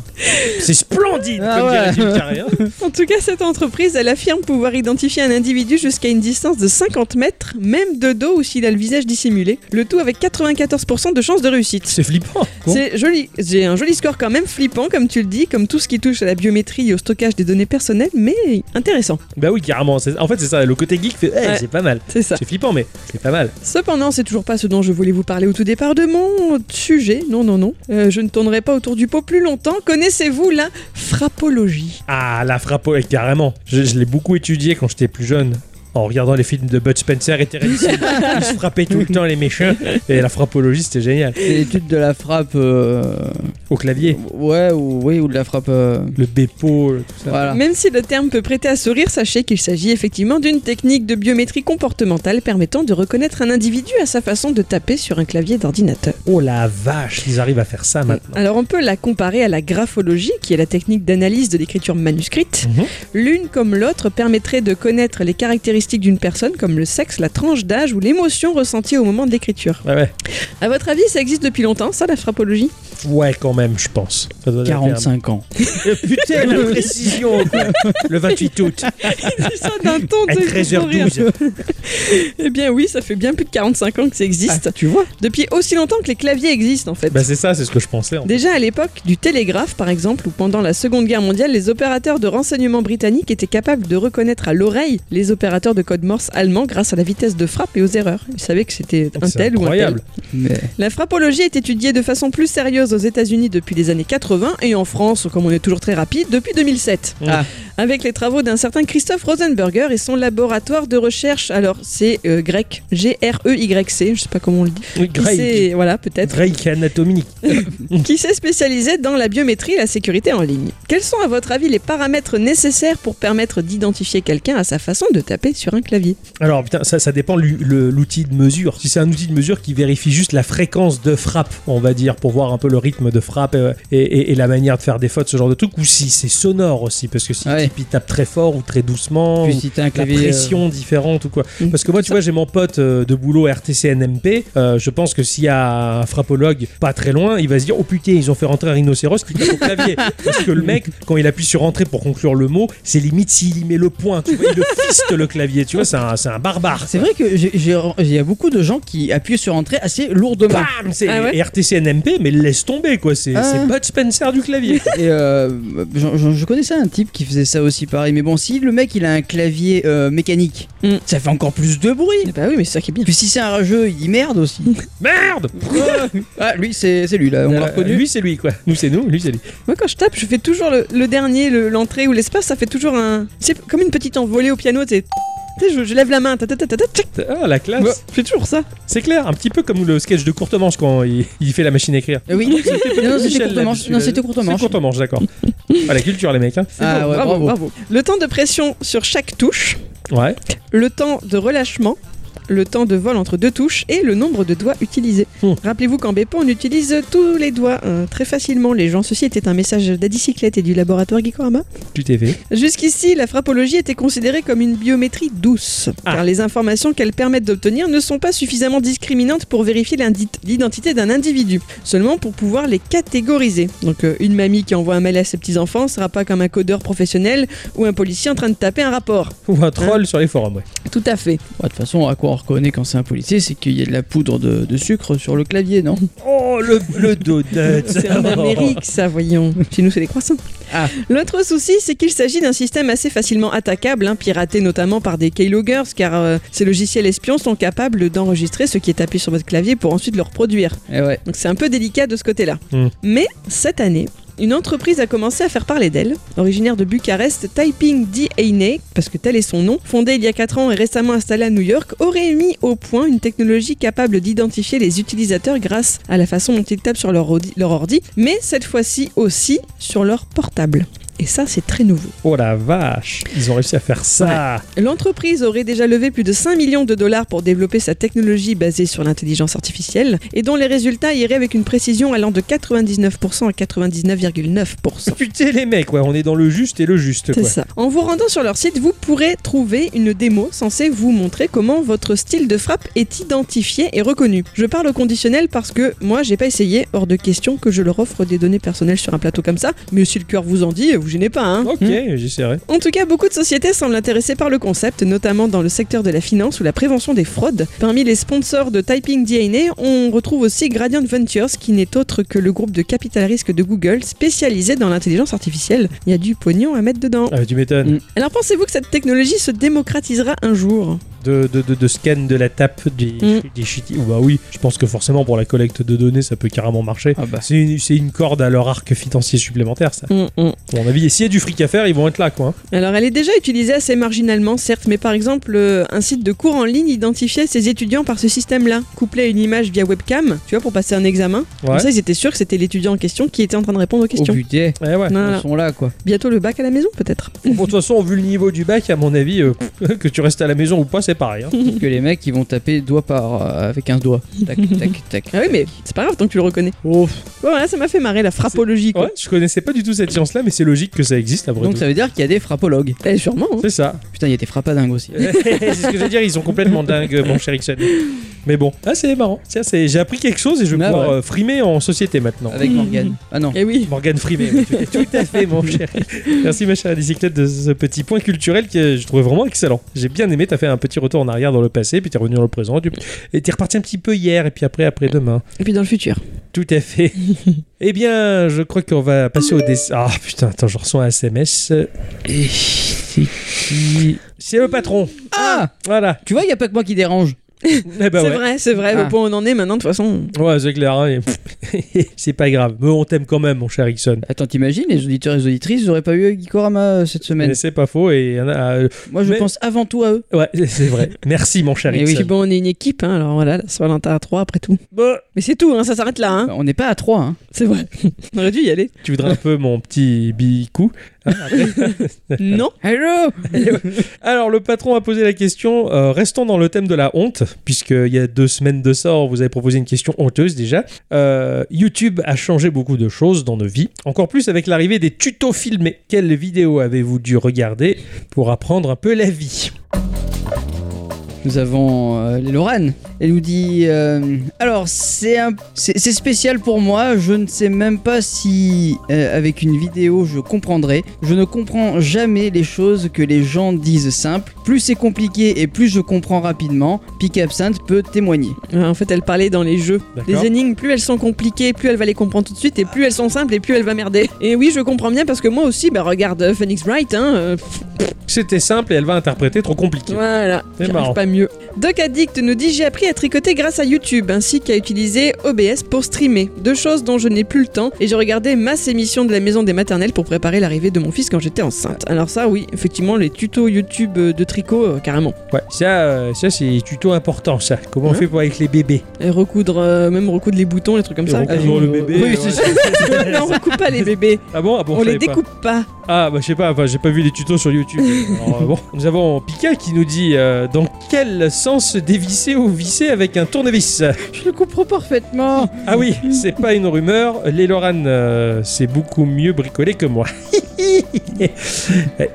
Speaker 1: C'est splendide,
Speaker 3: Ah
Speaker 1: comme
Speaker 3: ouais.
Speaker 1: dirait Jim Carrey, hein.
Speaker 2: En tout cas, cette entreprise, elle affirme pouvoir identifier un individu jusqu'à une distance de 50 mètres, même de dos ou s'il a le visage dissimulé. Le tout avec 94% de chances de réussite.
Speaker 1: C'est flippant. quoi.
Speaker 2: C'est joli, j'ai un joli score quand même flippant comme tu le dis, comme tout ce qui touche à la biométrie et au stockage des données personnelles, mais intéressant,
Speaker 1: Bah oui, carrément. c'est- En fait, c'est ça. Le côté geek fait, Eh,
Speaker 2: Ouais.
Speaker 1: c'est pas mal.
Speaker 2: c'est ça.
Speaker 1: C'est flippant, mais c'est pas mal.
Speaker 2: Cependant, c'est toujours pas ce dont je voulais vous parler au tout départ de mon sujet. Non, non, non. Euh, je ne tournerai pas autour du pot plus longtemps. Connaissez-vous la frappologie
Speaker 1: Ah, la frappe, ouais, carrément. Je, je l'ai beaucoup étudié quand j'étais plus jeune. En regardant les films de Bud Spencer et Terence Hill. ils se frappaient tout le temps les méchants. Et la frappologie, c'était génial.
Speaker 3: C'est l'étude de la frappe. euh,
Speaker 1: Au clavier,
Speaker 3: Ouais, ou, oui, ou de la frappe. euh,
Speaker 1: le bépo, tout ça.
Speaker 3: Voilà.
Speaker 2: Même si le terme peut prêter à sourire, sachez qu'il s'agit effectivement d'une technique de biométrie comportementale permettant de reconnaître un individu à sa façon de taper sur un clavier d'ordinateur.
Speaker 1: Oh la vache, ils arrivent à faire
Speaker 2: Mm.
Speaker 1: ça maintenant.
Speaker 2: Alors on peut la comparer à la graphologie, qui est la technique d'analyse de l'écriture manuscrite.
Speaker 1: Mhm.
Speaker 2: L'une comme l'autre permettrait de connaître les caractéristiques d'une personne, comme le sexe, la tranche d'âge ou l'émotion ressentie au moment de l'écriture.
Speaker 1: Ouais, ouais.
Speaker 2: À votre avis, ça existe depuis longtemps, ça, la frappologie
Speaker 1: Ouais, quand même, je pense. Ça doit être
Speaker 3: 45 ans.
Speaker 1: bien. Putain, la précision quoi. Le 28 août,
Speaker 2: Dis ça d'un ton
Speaker 1: à
Speaker 2: de fou rire.
Speaker 1: 13h12.
Speaker 2: Eh bien oui, ça fait bien plus de 45 ans que ça existe.
Speaker 3: Ah, tu vois
Speaker 2: Depuis aussi longtemps que les claviers existent en fait.
Speaker 1: Bah, c'est ça, c'est ce que je pensais. en fait.
Speaker 2: Déjà à l'époque du télégraphe, par exemple, ou pendant la Seconde Guerre mondiale, les opérateurs de renseignement britanniques étaient capables de reconnaître à l'oreille les opérateurs de code morse allemands grâce à la vitesse de frappe et aux erreurs. Ils savaient que c'était un
Speaker 1: C'est
Speaker 2: tel ou un tel.
Speaker 1: incroyable.
Speaker 3: Mais
Speaker 2: La frappologie est étudiée de façon plus sérieuse aux États-Unis depuis les années 80 et en France, comme on est toujours très rapide, depuis 2007.
Speaker 3: Ah.
Speaker 2: Avec les travaux d'un certain Christophe Rosenberger et son laboratoire de recherche. Alors, c'est euh, grec, G-R-E-Y-C, je sais pas comment on le dit.
Speaker 1: Oui,
Speaker 2: Qui s'est-
Speaker 1: Drake.
Speaker 2: voilà, peut-être.
Speaker 1: Drake Anatomy.
Speaker 2: Qui s'est spécialisé dans la biométrie et la sécurité en ligne. Quels sont, à votre avis, les paramètres nécessaires pour permettre d'identifier quelqu'un à sa façon de taper sur un clavier
Speaker 1: Alors putain, ça, ça dépend l'u- le- l'outil de mesure. Si c'est un outil de mesure qui vérifie juste la fréquence de frappe, on va dire, pour voir un peu le rythme de frappe euh, et, et- et la manière de faire des fautes, ce genre de truc, ou si c'est sonore aussi, parce que si
Speaker 3: Ouais.
Speaker 1: le type il tape très fort ou très doucement,
Speaker 3: puis
Speaker 1: ou
Speaker 3: si t'as un
Speaker 1: la
Speaker 3: clavier. euh,
Speaker 1: pression différente ou quoi.
Speaker 2: Mm,
Speaker 1: Parce que moi,
Speaker 2: tout
Speaker 1: tu
Speaker 2: ça.
Speaker 1: vois, j'ai mon pote euh, de boulot RTCNMP. euh, je pense que s'il y a un frappologue pas très loin, il va se dire Oh putain, ils ont fait rentrer un rhinocéros qui tape au clavier. Parce que le mec, quand il appuie sur entrée pour conclure le mot, c'est limite s'il y met le point. Tu vois, il le fiste le clavier. Tu vois, c'est un, c'est un barbare.
Speaker 3: C'est vrai que j'ai- j'ai- il y a beaucoup de gens qui appuient sur entrée assez lourdement.
Speaker 1: Bam C'est
Speaker 2: Ah ouais
Speaker 1: RTCNMP, mais laisse tomber, quoi. C'est
Speaker 3: Ah.
Speaker 1: c'est Bud Spencer du clavier.
Speaker 3: Et euh, je, je- je connaissais un type qui faisait ça aussi pareil. Mais bon, si le mec il a un clavier euh, mécanique,
Speaker 2: Mm.
Speaker 3: ça fait encore plus de
Speaker 2: Eh
Speaker 3: bruit.
Speaker 2: Bah oui, mais c'est ça qui est bien.
Speaker 3: Puis si c'est un rageux, il merde aussi.
Speaker 1: Merde
Speaker 3: ah, lui, c'est c'est lui là, on l'a
Speaker 1: Euh,
Speaker 3: reconnu.
Speaker 1: Lui, c'est lui, quoi. Nous, c'est nous. Lui, c'est lui.
Speaker 2: Moi, quand je tape, je fais toujours le, le dernier, le- l'entrée ou l'espace, ça fait toujours un. C'est comme une petite envolée au piano, tu sais. Tu sais, Je, je lève la main, ta ta ta ta ta, tchac.
Speaker 1: Ah, la classe.
Speaker 2: Ouais, je fais toujours ça.
Speaker 1: C'est clair, un petit peu comme le sketch de Courtemanche quand il, il fait la machine à écrire.
Speaker 3: Euh, Oui, non, non, c'était
Speaker 1: Michel
Speaker 3: courte manche.
Speaker 1: là-dessus,
Speaker 3: Non,
Speaker 1: là.
Speaker 3: c'était courte manche.
Speaker 1: C'est courte manche, d'accord. ah, la culture, les mecs. Hein.
Speaker 2: C'est
Speaker 3: Ah
Speaker 2: bon,
Speaker 3: ouais, bravo.
Speaker 2: Le temps de pression sur chaque touche,
Speaker 1: Ouais.
Speaker 2: le temps de relâchement, le temps de vol entre deux touches et le nombre de doigts utilisés.
Speaker 1: Hmm.
Speaker 2: Rappelez-vous qu'en Beppo, on utilise tous les doigts euh, très facilement, les gens. Ceci était un message d'Adicyclette et du laboratoire Gikorama.
Speaker 1: Tu t'es fait.
Speaker 2: Jusqu'ici, la frappologie était considérée comme une biométrie douce,
Speaker 1: Ah.
Speaker 2: car les informations qu'elle permettent d'obtenir ne sont pas suffisamment discriminantes pour vérifier l'indi- l'identité d'un individu, seulement pour pouvoir les catégoriser. Donc euh, une mamie qui envoie un mail à ses petits-enfants sera pas comme un codeur professionnel ou un policier en train de taper un rapport.
Speaker 1: Ou un troll sur les forums, ouais.
Speaker 2: Tout à fait.
Speaker 3: Ouais, Ah, De toute façon, à quoi on reconnaît quand c'est un policier, c'est qu'il y a de la poudre de, de sucre sur le clavier, non
Speaker 1: Oh, le, le donut.
Speaker 2: C'est en Amérique, ça, voyons. Chez nous, c'est des croissants.
Speaker 3: Ah.
Speaker 2: L'autre souci, c'est qu'il s'agit d'un système assez facilement attaquable, hein, piraté notamment par des keyloggers, car euh, ces logiciels espions sont capables d'enregistrer ce qui est tapé sur votre clavier pour ensuite le reproduire.
Speaker 3: Eh ouais.
Speaker 2: Donc c'est un peu délicat de ce côté-là.
Speaker 1: Hmm.
Speaker 2: Mais cette année, une entreprise a commencé à faire parler d'elle. Originaire de Bucarest, Typing DNA, parce que tel est son nom, fondée il y a 4 ans et récemment installée à New York, aurait mis au point une technologie capable d'identifier les utilisateurs grâce à la façon dont ils tapent sur leur ordi, leur ordi, mais cette fois-ci aussi sur leur portable. Et ça, c'est très nouveau.
Speaker 1: Oh la vache. Ils ont réussi à faire ça.
Speaker 2: L'entreprise aurait déjà levé plus de 5 millions de dollars pour développer sa technologie basée sur l'intelligence artificielle et dont les résultats iraient avec une précision allant de 99% à 99,9%.
Speaker 1: Putain, les mecs, ouais. On est dans le juste et le juste,
Speaker 2: C'est
Speaker 1: quoi.
Speaker 2: ça. En vous rendant sur leur site, vous pourrez trouver une démo censée vous montrer comment votre style de frappe est identifié et reconnu. Je parle au conditionnel parce que moi, j'ai pas essayé, hors de question que je leur offre des données personnelles sur un plateau comme ça, mais si le cœur vous en dit, vous gênez pas, hein.
Speaker 1: Ok, j'essaierai.
Speaker 2: En tout cas, beaucoup de sociétés semblent intéressées par le concept, notamment dans le secteur de la finance ou la prévention des fraudes. Parmi les sponsors de Typing DNA, on retrouve aussi Gradient Ventures, qui n'est autre que le groupe de capital risque de Google, spécialisé dans l'intelligence artificielle. Il y a du pognon à mettre dedans.
Speaker 1: Ah, tu m'étonnes.
Speaker 3: Mm.
Speaker 2: Alors pensez-vous que cette technologie se démocratisera un jour
Speaker 1: De, de, de, de scan de la tape des,
Speaker 2: Mm.
Speaker 1: des shitty. Bah oui, je pense que forcément, pour la collecte de données, ça peut carrément marcher.
Speaker 3: Ah bah.
Speaker 1: C'est une, c'est une corde à leur arc financier supplémentaire, ça. À mon avis, et s'il y a du fric à faire, ils vont être là, quoi. hein.
Speaker 2: Hum, Alors elle est déjà utilisée assez marginalement, certes, mais par exemple, euh, un site de cours en ligne identifiait ses étudiants par ce système-là, couplé à une image via webcam, tu vois, pour passer un examen. Comme
Speaker 1: Ouais.
Speaker 2: ça, ils étaient sûrs que c'était l'étudiant en question qui était en train de répondre aux
Speaker 3: Au
Speaker 2: questions.
Speaker 3: budget,
Speaker 1: Eh Ouais, ouais.
Speaker 2: Voilà.
Speaker 3: ils sont là quoi.
Speaker 2: Bientôt le bac à la maison, peut-être.
Speaker 1: Bon, de toute façon, vu le niveau du bac, à mon avis, euh, que tu restes à la maison ou pas, c'est pareil. hein.
Speaker 3: que les mecs ils vont taper doigt par euh, avec un doigt. Tac tac tac.
Speaker 2: Ah oui, mais c'est pas grave tant que tu le reconnais.
Speaker 1: Oh,
Speaker 2: Bon, voilà, ça m'a fait marrer la frappologie, quoi.
Speaker 1: ouais, je connaissais pas du tout cette science-là, mais c'est logique que ça existe après
Speaker 3: Donc
Speaker 1: tout.
Speaker 3: ça veut dire qu'il y a des frappologues.
Speaker 2: Eh, sûrement. hein.
Speaker 1: C'est ça.
Speaker 3: Putain, il y a des frappadingues aussi.
Speaker 1: c'est ce que j'allais dire, ils sont complètement dingues, mon cher Ixon. Mais bon, ah, c'est marrant. Tiens, c'est- j'ai appris quelque chose et je vais
Speaker 3: Ah,
Speaker 1: pouvoir
Speaker 3: ouais.
Speaker 1: euh, frimer en société maintenant.
Speaker 3: Avec Morgan. Ah non.
Speaker 2: Eh oui.
Speaker 1: Morgane Frimé, oui, tout à- tout à fait, mon cher. Merci, ma chère bicyclette, de ce petit point culturel que je trouvais vraiment excellent. J'ai bien aimé, t'as fait un petit retour en arrière dans le passé, puis t'es revenu dans le présent, tu- et t'es reparti un petit peu hier, et puis après, après-demain.
Speaker 2: Et puis dans le futur.
Speaker 1: Tout à fait. eh bien, je crois qu'on va passer au dessin. Ah putain, attends, je reçois un SMS. Et c'est qui C'est le patron.
Speaker 3: Ah
Speaker 1: Voilà.
Speaker 3: Tu vois, il y a pas que moi qui dérange.
Speaker 1: Eh ben
Speaker 2: c'est
Speaker 1: ouais.
Speaker 2: vrai, c'est vrai.
Speaker 3: Ah.
Speaker 2: Au point où on en est maintenant, de toute façon.
Speaker 1: Ouais, c'est clair. hein, et- c'est pas grave. Mais on t'aime quand même, mon cher Ixon.
Speaker 3: Attends, t'imagines, les auditeurs et les auditrices, j'aurais pas eu Gikorama euh, cette
Speaker 1: Mais
Speaker 3: semaine.
Speaker 1: c'est pas faux. Et il y en a, euh,
Speaker 3: Moi, je
Speaker 1: mais-
Speaker 3: pense avant tout à eux.
Speaker 1: ouais, c'est vrai. Merci, mon cher
Speaker 2: Et
Speaker 1: Ixon.
Speaker 2: puis bon, on est une équipe, hein, alors voilà, la Soirée à 3 après tout.
Speaker 1: Bon,
Speaker 2: Mais c'est tout, hein, ça s'arrête là, hein.
Speaker 3: On n'est pas à trois. Hein.
Speaker 2: C'est vrai. on aurait dû y aller.
Speaker 1: tu voudrais un peu mon petit bicou
Speaker 2: non.
Speaker 3: Hello
Speaker 1: Alors, le patron a posé la question. euh, restons dans le thème de la honte, puisqu'il y a deux semaines de ça, on vous avez proposé une question honteuse déjà. Euh, YouTube a changé beaucoup de choses dans nos vies, encore plus avec l'arrivée des tutos filmés. Quelles vidéos avez-vous dû regarder pour apprendre un peu la vie
Speaker 3: Nous avons euh, les Lorraine. Elle nous dit euh, Alors, c'est un- c'est c'est spécial pour moi. Je ne sais même pas si, euh, avec une vidéo, je comprendrai. Je ne comprends jamais les choses que les gens disent simples. Plus c'est compliqué et plus je comprends rapidement. Pic Absinthe peut témoigner.
Speaker 2: Euh, En fait, elle parlait dans les jeux.
Speaker 1: D'accord.
Speaker 2: Les énigmes, plus elles sont compliquées, plus elle va les comprendre tout de suite, et plus elles sont simples, et plus elle va merder. Et oui, je comprends bien parce que moi aussi, bah regarde euh, Phoenix Wright, hein. euh,
Speaker 1: C'était simple et elle va interpréter trop compliqué.
Speaker 2: Voilà,
Speaker 1: C'est
Speaker 2: j'arrive
Speaker 1: marrant.
Speaker 2: pas mieux. Doc Addict nous dit j'ai appris à tricoter grâce à YouTube ainsi qu'à utiliser OBS pour streamer. Deux choses dont je n'ai plus le temps et j'ai regardé masse émission de la maison des maternelles pour préparer l'arrivée de mon fils quand j'étais enceinte. Alors ça oui, effectivement les tutos YouTube euh, de tricot euh, carrément.
Speaker 1: Ouais, ça, euh, ça c'est tuto important, ça. Comment on
Speaker 2: Hein
Speaker 1: fait pour avec les bébés
Speaker 2: Et recoudre euh, même recoudre les boutons, les trucs comme ça.
Speaker 1: Et recoudre
Speaker 3: oui.
Speaker 1: le bébé.
Speaker 3: Oui,
Speaker 1: ouais.
Speaker 3: c'est
Speaker 2: non, on recoupe pas les bébés,
Speaker 1: Ah bon, ah bon
Speaker 2: on
Speaker 1: je
Speaker 2: les
Speaker 1: savais pas.
Speaker 2: découpe pas.
Speaker 1: Ah bah je sais pas, enfin j'ai pas vu les tutos sur YouTube. Alors, euh, bon, nous avons Pika qui nous dit euh, dans quel sens dévisser ou visser avec un tournevis.
Speaker 3: Je le comprends parfaitement.
Speaker 1: Ah oui, c'est pas une rumeur. Les Loran, euh, c'est beaucoup mieux bricolé que moi.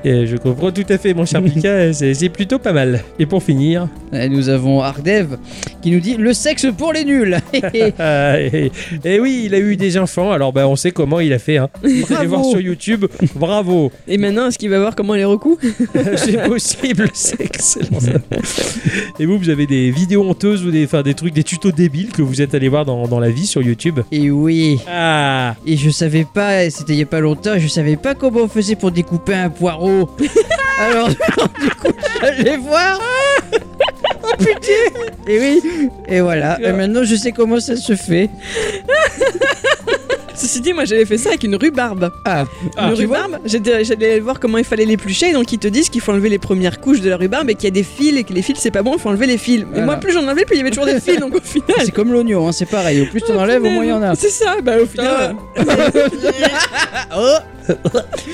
Speaker 1: Et je comprends tout à fait, mon cher Pika, c'est c'est plutôt pas mal. Et pour finir,
Speaker 3: Et Euh, nous avons Ardev qui nous dit Le sexe pour les nuls.
Speaker 1: Ah, et, et oui, il a eu des enfants, alors bah, on sait comment il a fait. Hein. Vous allez
Speaker 3: Bravo.
Speaker 1: voir sur YouTube, bravo,
Speaker 2: Et maintenant, est-ce qu'il va voir comment on les recoue
Speaker 1: c'est possible, c'est excellent. ça. Et vous, vous avez des vidéos honteuses ou des, enfin, des trucs, des tutos débiles que vous êtes allé voir dans, dans la vie sur YouTube
Speaker 3: et oui.
Speaker 1: Ah,
Speaker 3: Et je savais pas, c'était il y a pas longtemps, je savais pas comment on faisait pour découper un poireau. Alors, du coup, j'allais voir. Oh putain Et oui Et voilà, et maintenant je sais comment ça se fait.
Speaker 2: Ceci dit, moi j'avais fait ça avec une rhubarbe.
Speaker 3: Ah,
Speaker 1: Ah,
Speaker 2: le
Speaker 1: tu
Speaker 2: rhubarbe, j'étais- j'allais voir comment il fallait l'éplucher, donc ils te disent qu'il faut enlever les premières couches de la rhubarbe et qu'il y a des fils et que les fils c'est pas bon, il faut enlever les fils. Mais
Speaker 3: Voilà.
Speaker 2: moi plus j'en enlevais, plus il y avait toujours des fils, donc au final.
Speaker 3: c'est comme l'oignon, hein, c'est pareil. Au plus tu en enlèves, au moins il y en a. Ah.
Speaker 2: C'est ça, bah au final.
Speaker 3: oh.
Speaker 2: euh,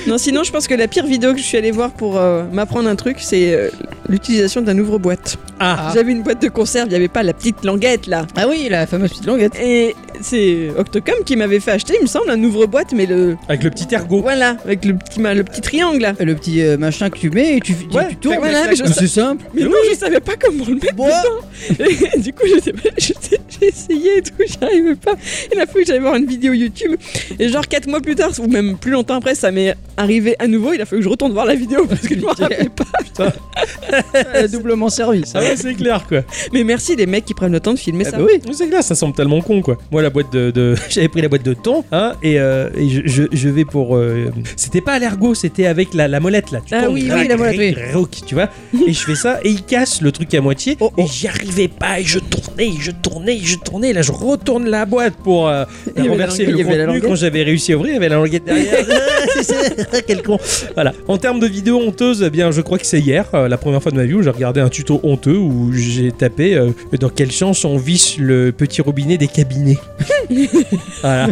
Speaker 2: Non, sinon je pense que la pire vidéo que je suis allée voir pour euh, m'apprendre un truc, c'est euh, l'utilisation d'un ouvre-boîte.
Speaker 1: ah,
Speaker 2: J'avais une boîte de conserve, il n'y avait pas la petite languette là.
Speaker 3: Ah oui, la fameuse petite languette.
Speaker 2: Et c'est Octocom qui m'avait fait acheter, il me semble, un ouvre-boîte, mais le.
Speaker 1: avec le petit
Speaker 3: Oh.
Speaker 1: ergot.
Speaker 2: Voilà, avec le petit, ma- le petit triangle là.
Speaker 3: Le petit euh, machin que tu mets et tu, tu-
Speaker 1: Ouais,
Speaker 3: tu tournes.
Speaker 2: voilà, mais je-
Speaker 3: c'est simple.
Speaker 2: Mais non, je savais pas comment le mettre
Speaker 3: Bon.
Speaker 2: dedans. Et du coup, j'étais- j'étais- j'ai essayé et tout, j'y arrivais pas. Et la fois que j'allais voir une vidéo YouTube, et genre 4 mois plus tard, ou même plus longtemps après, ça m'est arrivé à nouveau. Il a fallu que je retourne voir la vidéo parce que je m'en rappelais pas.
Speaker 3: Elle a euh, doublement servi.
Speaker 1: Ah
Speaker 3: Ça.
Speaker 1: ouais, c'est clair quoi.
Speaker 2: Mais merci les mecs qui prennent le temps de filmer
Speaker 3: Ah
Speaker 2: ça.
Speaker 3: bah oui.
Speaker 1: C'est clair, ça semble tellement con quoi. Moi, la boîte de. de- J'avais pris la boîte de thon, hein, et, euh, et je, je- je vais pour. euh, C'était pas à l'ergot, c'était avec la, la molette là. Tu
Speaker 2: Ah
Speaker 1: tournes,
Speaker 2: oui,
Speaker 1: crac,
Speaker 3: oui, la molette, oui.
Speaker 1: crac, crac, tu vois. Et je fais ça, et il casse le truc à moitié,
Speaker 3: Oh, oh.
Speaker 1: et j'y arrivais pas, et je tournais, et je tournais, et je tournais, et là je retourne la boîte pour euh,
Speaker 2: Il y avait la
Speaker 1: renverser
Speaker 2: languette,
Speaker 1: le
Speaker 2: il y avait la Ah,
Speaker 1: contenu
Speaker 2: languette.
Speaker 1: quand j'avais réussi à ouvrir, il y avait la languette derrière. Quel con. Voilà. En termes de vidéos honteuses, eh bien, je crois que c'est hier, euh, la première fois de ma vie où j'ai regardé un tuto honteux où j'ai tapé euh, dans quelle chance on visse le petit robinet des cabinets. voilà.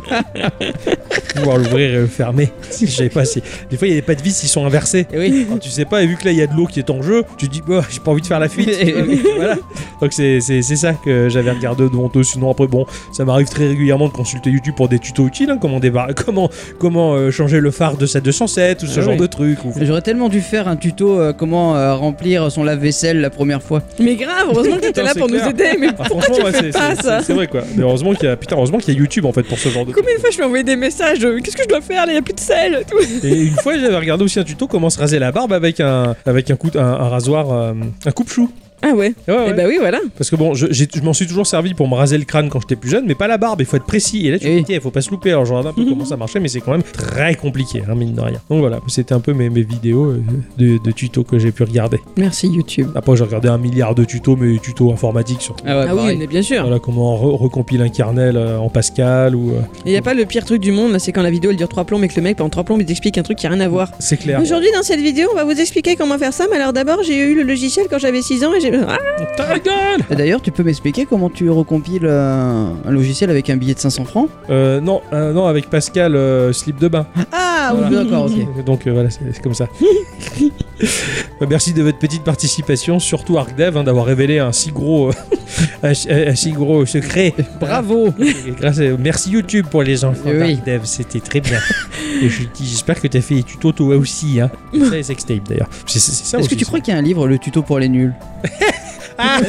Speaker 1: Pouvoir l'ouvrir et le fermer. Si je savais pas si. Des fois, il n'y avait pas de vis, ils sont inversés.
Speaker 3: Eh oui.
Speaker 1: Alors, tu sais pas, et vu que là il y a de l'eau qui est en jeu, tu te dis, bah, j'ai pas envie de faire la fuite. Euh,
Speaker 3: Eh oui.
Speaker 1: Voilà. Donc c'est c'est- c'est ça que j'avais regardé de honteux. Sinon, après, bon, ça m'arrive très régulièrement de consulter YouTube pour des tutos utiles, hein, comment, débar- comment, comment euh, changer le phare de sa 207 ou ce
Speaker 3: Ah
Speaker 1: genre
Speaker 3: oui.
Speaker 1: de truc. ou-
Speaker 3: J'aurais tellement dû faire un tuto euh, comment euh, remplir son lave-vaisselle la première fois.
Speaker 2: Mais grave, heureusement que t'étais
Speaker 1: Putain,
Speaker 2: là
Speaker 1: c'est
Speaker 2: pour
Speaker 1: clair.
Speaker 2: nous aider. Mais
Speaker 1: Ah, franchement,
Speaker 2: tu
Speaker 1: ouais, c'est-
Speaker 2: fais pas
Speaker 1: c'est-
Speaker 2: ça
Speaker 1: c'est- c'est vrai quoi. Mais heureusement qu'il y a putain, heureusement qu'il y a YouTube en fait pour ce genre de.
Speaker 2: combien de fois je lui ai envoyé des messages de, Qu'est-ce que je dois faire là, Il n'y a plus de sel. Tout.
Speaker 1: Et une fois, j'avais regardé aussi un tuto comment se raser la barbe avec un avec un coup un, un rasoir euh, un coupe chou.
Speaker 2: Ah ouais. Eh ben oui, voilà.
Speaker 1: Parce que bon, je, j'ai- je m'en suis toujours servi pour me raser le crâne quand j'étais plus jeune, mais pas la barbe, il faut être précis. Et là, tu
Speaker 3: Eh oui.
Speaker 1: me dis, il faut pas se louper. Alors, je regarde un peu comment ça marchait, mais c'est quand même très compliqué, hein, mine de rien. Donc voilà, c'était un peu mes, mes vidéos euh, de, de tutos que j'ai pu regarder.
Speaker 2: Merci YouTube.
Speaker 1: Après, j'ai regardé un milliard de tutos, mais tutos informatiques surtout.
Speaker 3: Ah ouais,
Speaker 2: Ah oui,
Speaker 3: pareil.
Speaker 2: mais bien sûr.
Speaker 1: Voilà comment on re- recompile un kernel euh, en Pascal ou. euh,
Speaker 2: Il n'y a pas le pire truc du monde, là, c'est quand la vidéo elle dure trois plombes et que le mec pendant trois plombes il t'explique un truc qui a rien à voir.
Speaker 1: C'est clair.
Speaker 2: Aujourd'hui dans cette vidéo on va vous expliquer comment faire ça, mais alors d'abord j'ai eu le logiciel quand j'avais 6 ans et j'ai... Ah
Speaker 1: Ta gueule
Speaker 3: Et D'ailleurs, tu peux m'expliquer comment tu recompiles euh, un logiciel avec un billet de 500 francs
Speaker 1: Euh, Non, euh, non, avec Pascal, euh, slip de bain.
Speaker 3: Ah,
Speaker 1: Voilà.
Speaker 3: d'accord, ok.
Speaker 1: Donc euh, voilà, c'est c'est comme ça. Bah, Merci de votre petite participation, surtout ArcDev hein, d'avoir révélé un si gros, euh, un, si- un si gros secret.
Speaker 3: Bravo
Speaker 1: Et grâce à- merci YouTube pour les enfants
Speaker 3: Eh oui.
Speaker 1: d'ArcDev, c'était très bien. Et je dis, j'espère que t'as fait les tutos toi aussi. Hein. Ça, les sextapes d'ailleurs. C'est c'est- c'est ça
Speaker 3: Est-ce que
Speaker 1: aussi,
Speaker 3: tu
Speaker 1: ça.
Speaker 3: crois qu'il y a un livre, le tuto pour les nuls
Speaker 1: Ah,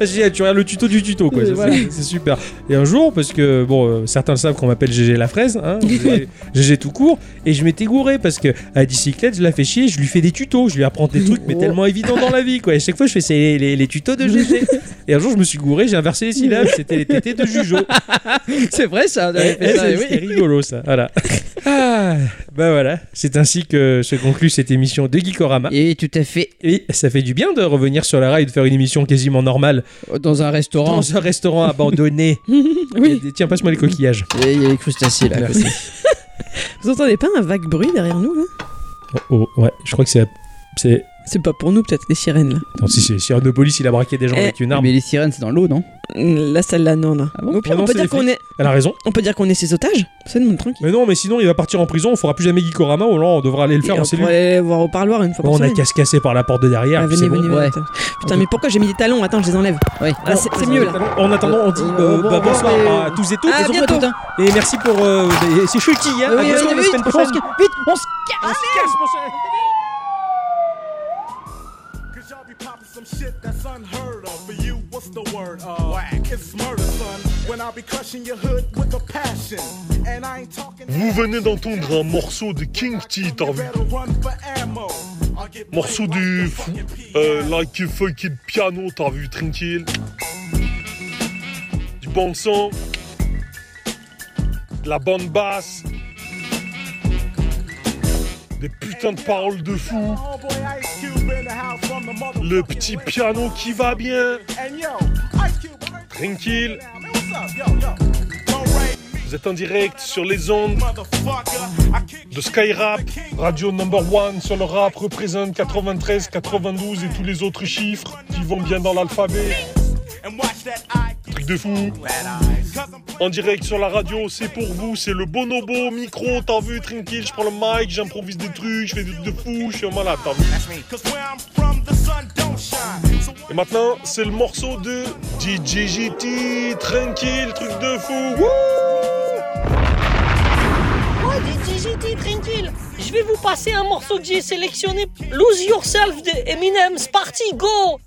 Speaker 1: génial, tu regardes le tuto du tuto, quoi.
Speaker 3: Oui,
Speaker 1: ça,
Speaker 3: Euh, voilà.
Speaker 1: C'est c'est super. Et un jour, parce que bon, euh, certains le savent qu'on m'appelle GG la fraise, hein, GG GG tout court, et je m'étais gouré parce que à bicyclette, je la fais chier, je lui fais des tutos, je lui apprends des trucs, mais
Speaker 3: Oh.
Speaker 1: tellement évidents dans la vie, quoi. Et chaque fois, je fais c'est les, les- les tutos de GG. Et un jour, je me suis gouré, j'ai inversé les syllabes, c'était les tétés de Jujo.
Speaker 3: C'est vrai ça,
Speaker 1: Eh, eh, c'est c'est rigolo ça, voilà. Ah, bah voilà, c'est ainsi que se conclut cette émission de Geekorama.
Speaker 3: Et tu t'es fait
Speaker 1: Et ça fait du bien de revenir sur la rail et de faire une émission quasiment normale
Speaker 3: dans un restaurant,
Speaker 1: dans un restaurant abandonné.
Speaker 2: Oui.
Speaker 1: Et- Tiens, passe-moi les coquillages.
Speaker 3: et il y a les crustacés là. à côté.
Speaker 2: Vous entendez pas un vague bruit derrière nous là
Speaker 1: Oh, oh, ouais, je crois que c'est. C'est.
Speaker 2: C'est pas pour nous peut-être les sirènes là.
Speaker 1: Attends, si c'est Cyranopolis, il a braqué des gens
Speaker 2: Eh,
Speaker 1: avec une arme.
Speaker 3: Mais les sirènes, c'est dans l'eau, non
Speaker 2: Là celle-là non là.
Speaker 3: Ah bon
Speaker 2: Au pire,
Speaker 1: Oh non,
Speaker 2: on, peut
Speaker 1: c'est
Speaker 2: dire
Speaker 1: des
Speaker 2: qu'on
Speaker 1: flics.
Speaker 2: est...
Speaker 1: Elle a raison.
Speaker 2: on peut dire qu'on est ses otages Ça nous tranquille.
Speaker 1: Mais non, mais sinon, il va partir en prison, on fera plus jamais Gikorama, ou alors on devra aller le faire
Speaker 2: Et
Speaker 1: en
Speaker 2: on
Speaker 1: cellule.
Speaker 2: pourrait aller voir au parloir une fois
Speaker 1: Bon,
Speaker 2: par
Speaker 1: on a
Speaker 2: semaine.
Speaker 1: casse cassé par la porte de derrière.
Speaker 2: Ah,
Speaker 1: puis
Speaker 2: venez,
Speaker 1: c'est bon.
Speaker 2: venez,
Speaker 3: Ouais.
Speaker 2: venez. Putain, mais pourquoi j'ai mis des talons Attends, je les enlève.
Speaker 3: Ouais.
Speaker 2: Ah, c'est c'est mieux là.
Speaker 1: En attendant, on dit euh,
Speaker 3: Euh, bon,
Speaker 1: bah,
Speaker 3: bon,
Speaker 1: bonsoir
Speaker 3: mais-
Speaker 1: à tous et toutes.
Speaker 2: Ah,
Speaker 1: et, surtout-
Speaker 2: bientôt.
Speaker 1: et merci pour. euh, et c'est chutis, hein.
Speaker 3: Ah oui,
Speaker 1: Attention,
Speaker 3: oui,
Speaker 1: la
Speaker 3: oui,
Speaker 1: semaine
Speaker 3: on
Speaker 1: prochaine.
Speaker 3: se casse, Vite, on se
Speaker 1: On se casse, mon cher.
Speaker 7: Cause y'all be popping some shit that's unheard of. For you, what's the word of? Whack. It's murder, son. When I be crushing your hood with a passion. And I ain't talking.
Speaker 8: Vous venez d'entendre un morceau de King T, t'as vu Morceau du fou, euh, like a fucking piano, t'as vu, tranquille. Du bon son, de la bonne basse, des putains de paroles de fou, le petit piano qui va bien, tranquille. Vous êtes en direct sur les ondes de Skyrap, radio number one sur le rap, représente 93, 92 et tous les autres chiffres qui vont bien dans l'alphabet. Truc de fou. En direct sur la radio, c'est pour vous, c'est le bonobo, micro, t'as vu, tranquille, je prends le mic, j'improvise des trucs, je fais des trucs de fou, je suis un malade, t'as vu. Et maintenant, c'est le morceau de DJGT, tranquille, truc de fou, wouh
Speaker 9: Ouais, des TGT, tranquille. Je vais vous passer un morceau que j'ai sélectionné. Lose Yourself de Eminem. C'est parti, go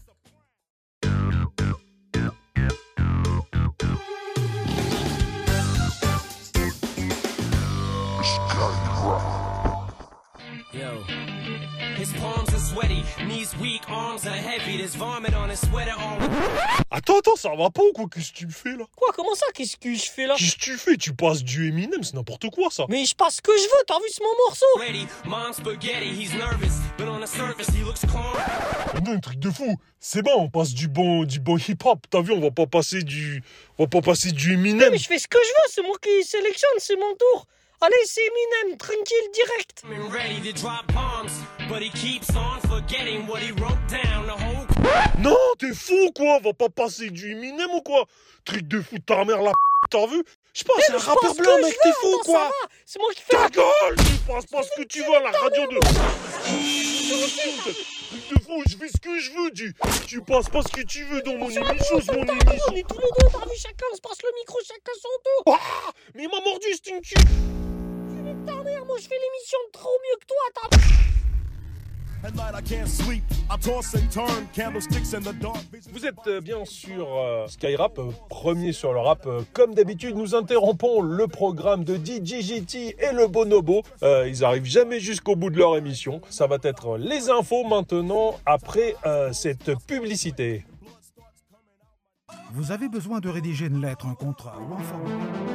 Speaker 10: Yo. His palms are sweaty, knees weak, arms are heavy. There's vomit on his sweater already.
Speaker 8: Attends, attends, ça va pas ou quoi Qu'est-ce que tu me fais là
Speaker 9: Quoi, comment ça Qu'est-ce que je fais là
Speaker 8: Qu'est-ce que tu fais Tu passes du Eminem, c'est n'importe quoi ça.
Speaker 9: Mais je passe ce que je veux, t'as vu ce mon morceau
Speaker 10: Mom's spaghetti, he's nervous, but on the surface he looks calm.
Speaker 8: Oh non, un truc de fou. C'est bon, on passe du bon, du bon hip-hop. T'as vu, on va pas passer du, on va pas passer du Eminem.
Speaker 9: Mais je fais ce que je veux, c'est moi qui sélectionne, c'est mon tour. Allez, c'est Eminem, tranquille, direct.
Speaker 10: and ready to drop bombs, but he keeps on forgetting what he wrote down. The whole
Speaker 8: Non, t'es fou ou quoi Va pas passer du Eminem ou quoi Truc de fou de ta mère, la p***, t'as vu Je pense
Speaker 9: Eh,
Speaker 8: c'est un
Speaker 9: je
Speaker 8: rappeur
Speaker 9: pense
Speaker 8: blanc,
Speaker 9: que
Speaker 8: mec,
Speaker 9: je
Speaker 8: t'es
Speaker 9: veux,
Speaker 8: fou ou
Speaker 9: attends,
Speaker 8: quoi
Speaker 9: ça va, C'est moi qui fais.
Speaker 8: Ta gueule Tu penses pas ce que tu veux à la radio de... Truc de fou, je fais ce que je veux, tu... Tu penses pas ce que tu veux dans mon
Speaker 9: Sur la
Speaker 8: émission, c'est
Speaker 9: on
Speaker 8: mon
Speaker 9: est
Speaker 8: émission
Speaker 9: tous les deux, t'as vu, chacun, on se passe le micro, chacun son tour.
Speaker 8: Ah, Mais il m'a mordu, c'est une cul
Speaker 9: Ta mère, Ah moi je fais l'émission trop mieux que toi, t'as
Speaker 7: At night I can't sleep. I toss and turn, candlesticks in the dark.
Speaker 8: Vous êtes euh, bien sur euh, Skyrap, euh, premier sur le rap. Euh, Comme d'habitude, nous interrompons le programme de DJGT et le Bonobo. Euh, ils arrivent jamais jusqu'au bout de leur émission. Ça va être les infos maintenant après euh, cette publicité.
Speaker 11: Vous avez besoin de rédiger une lettre, un contrat ou un formulaire.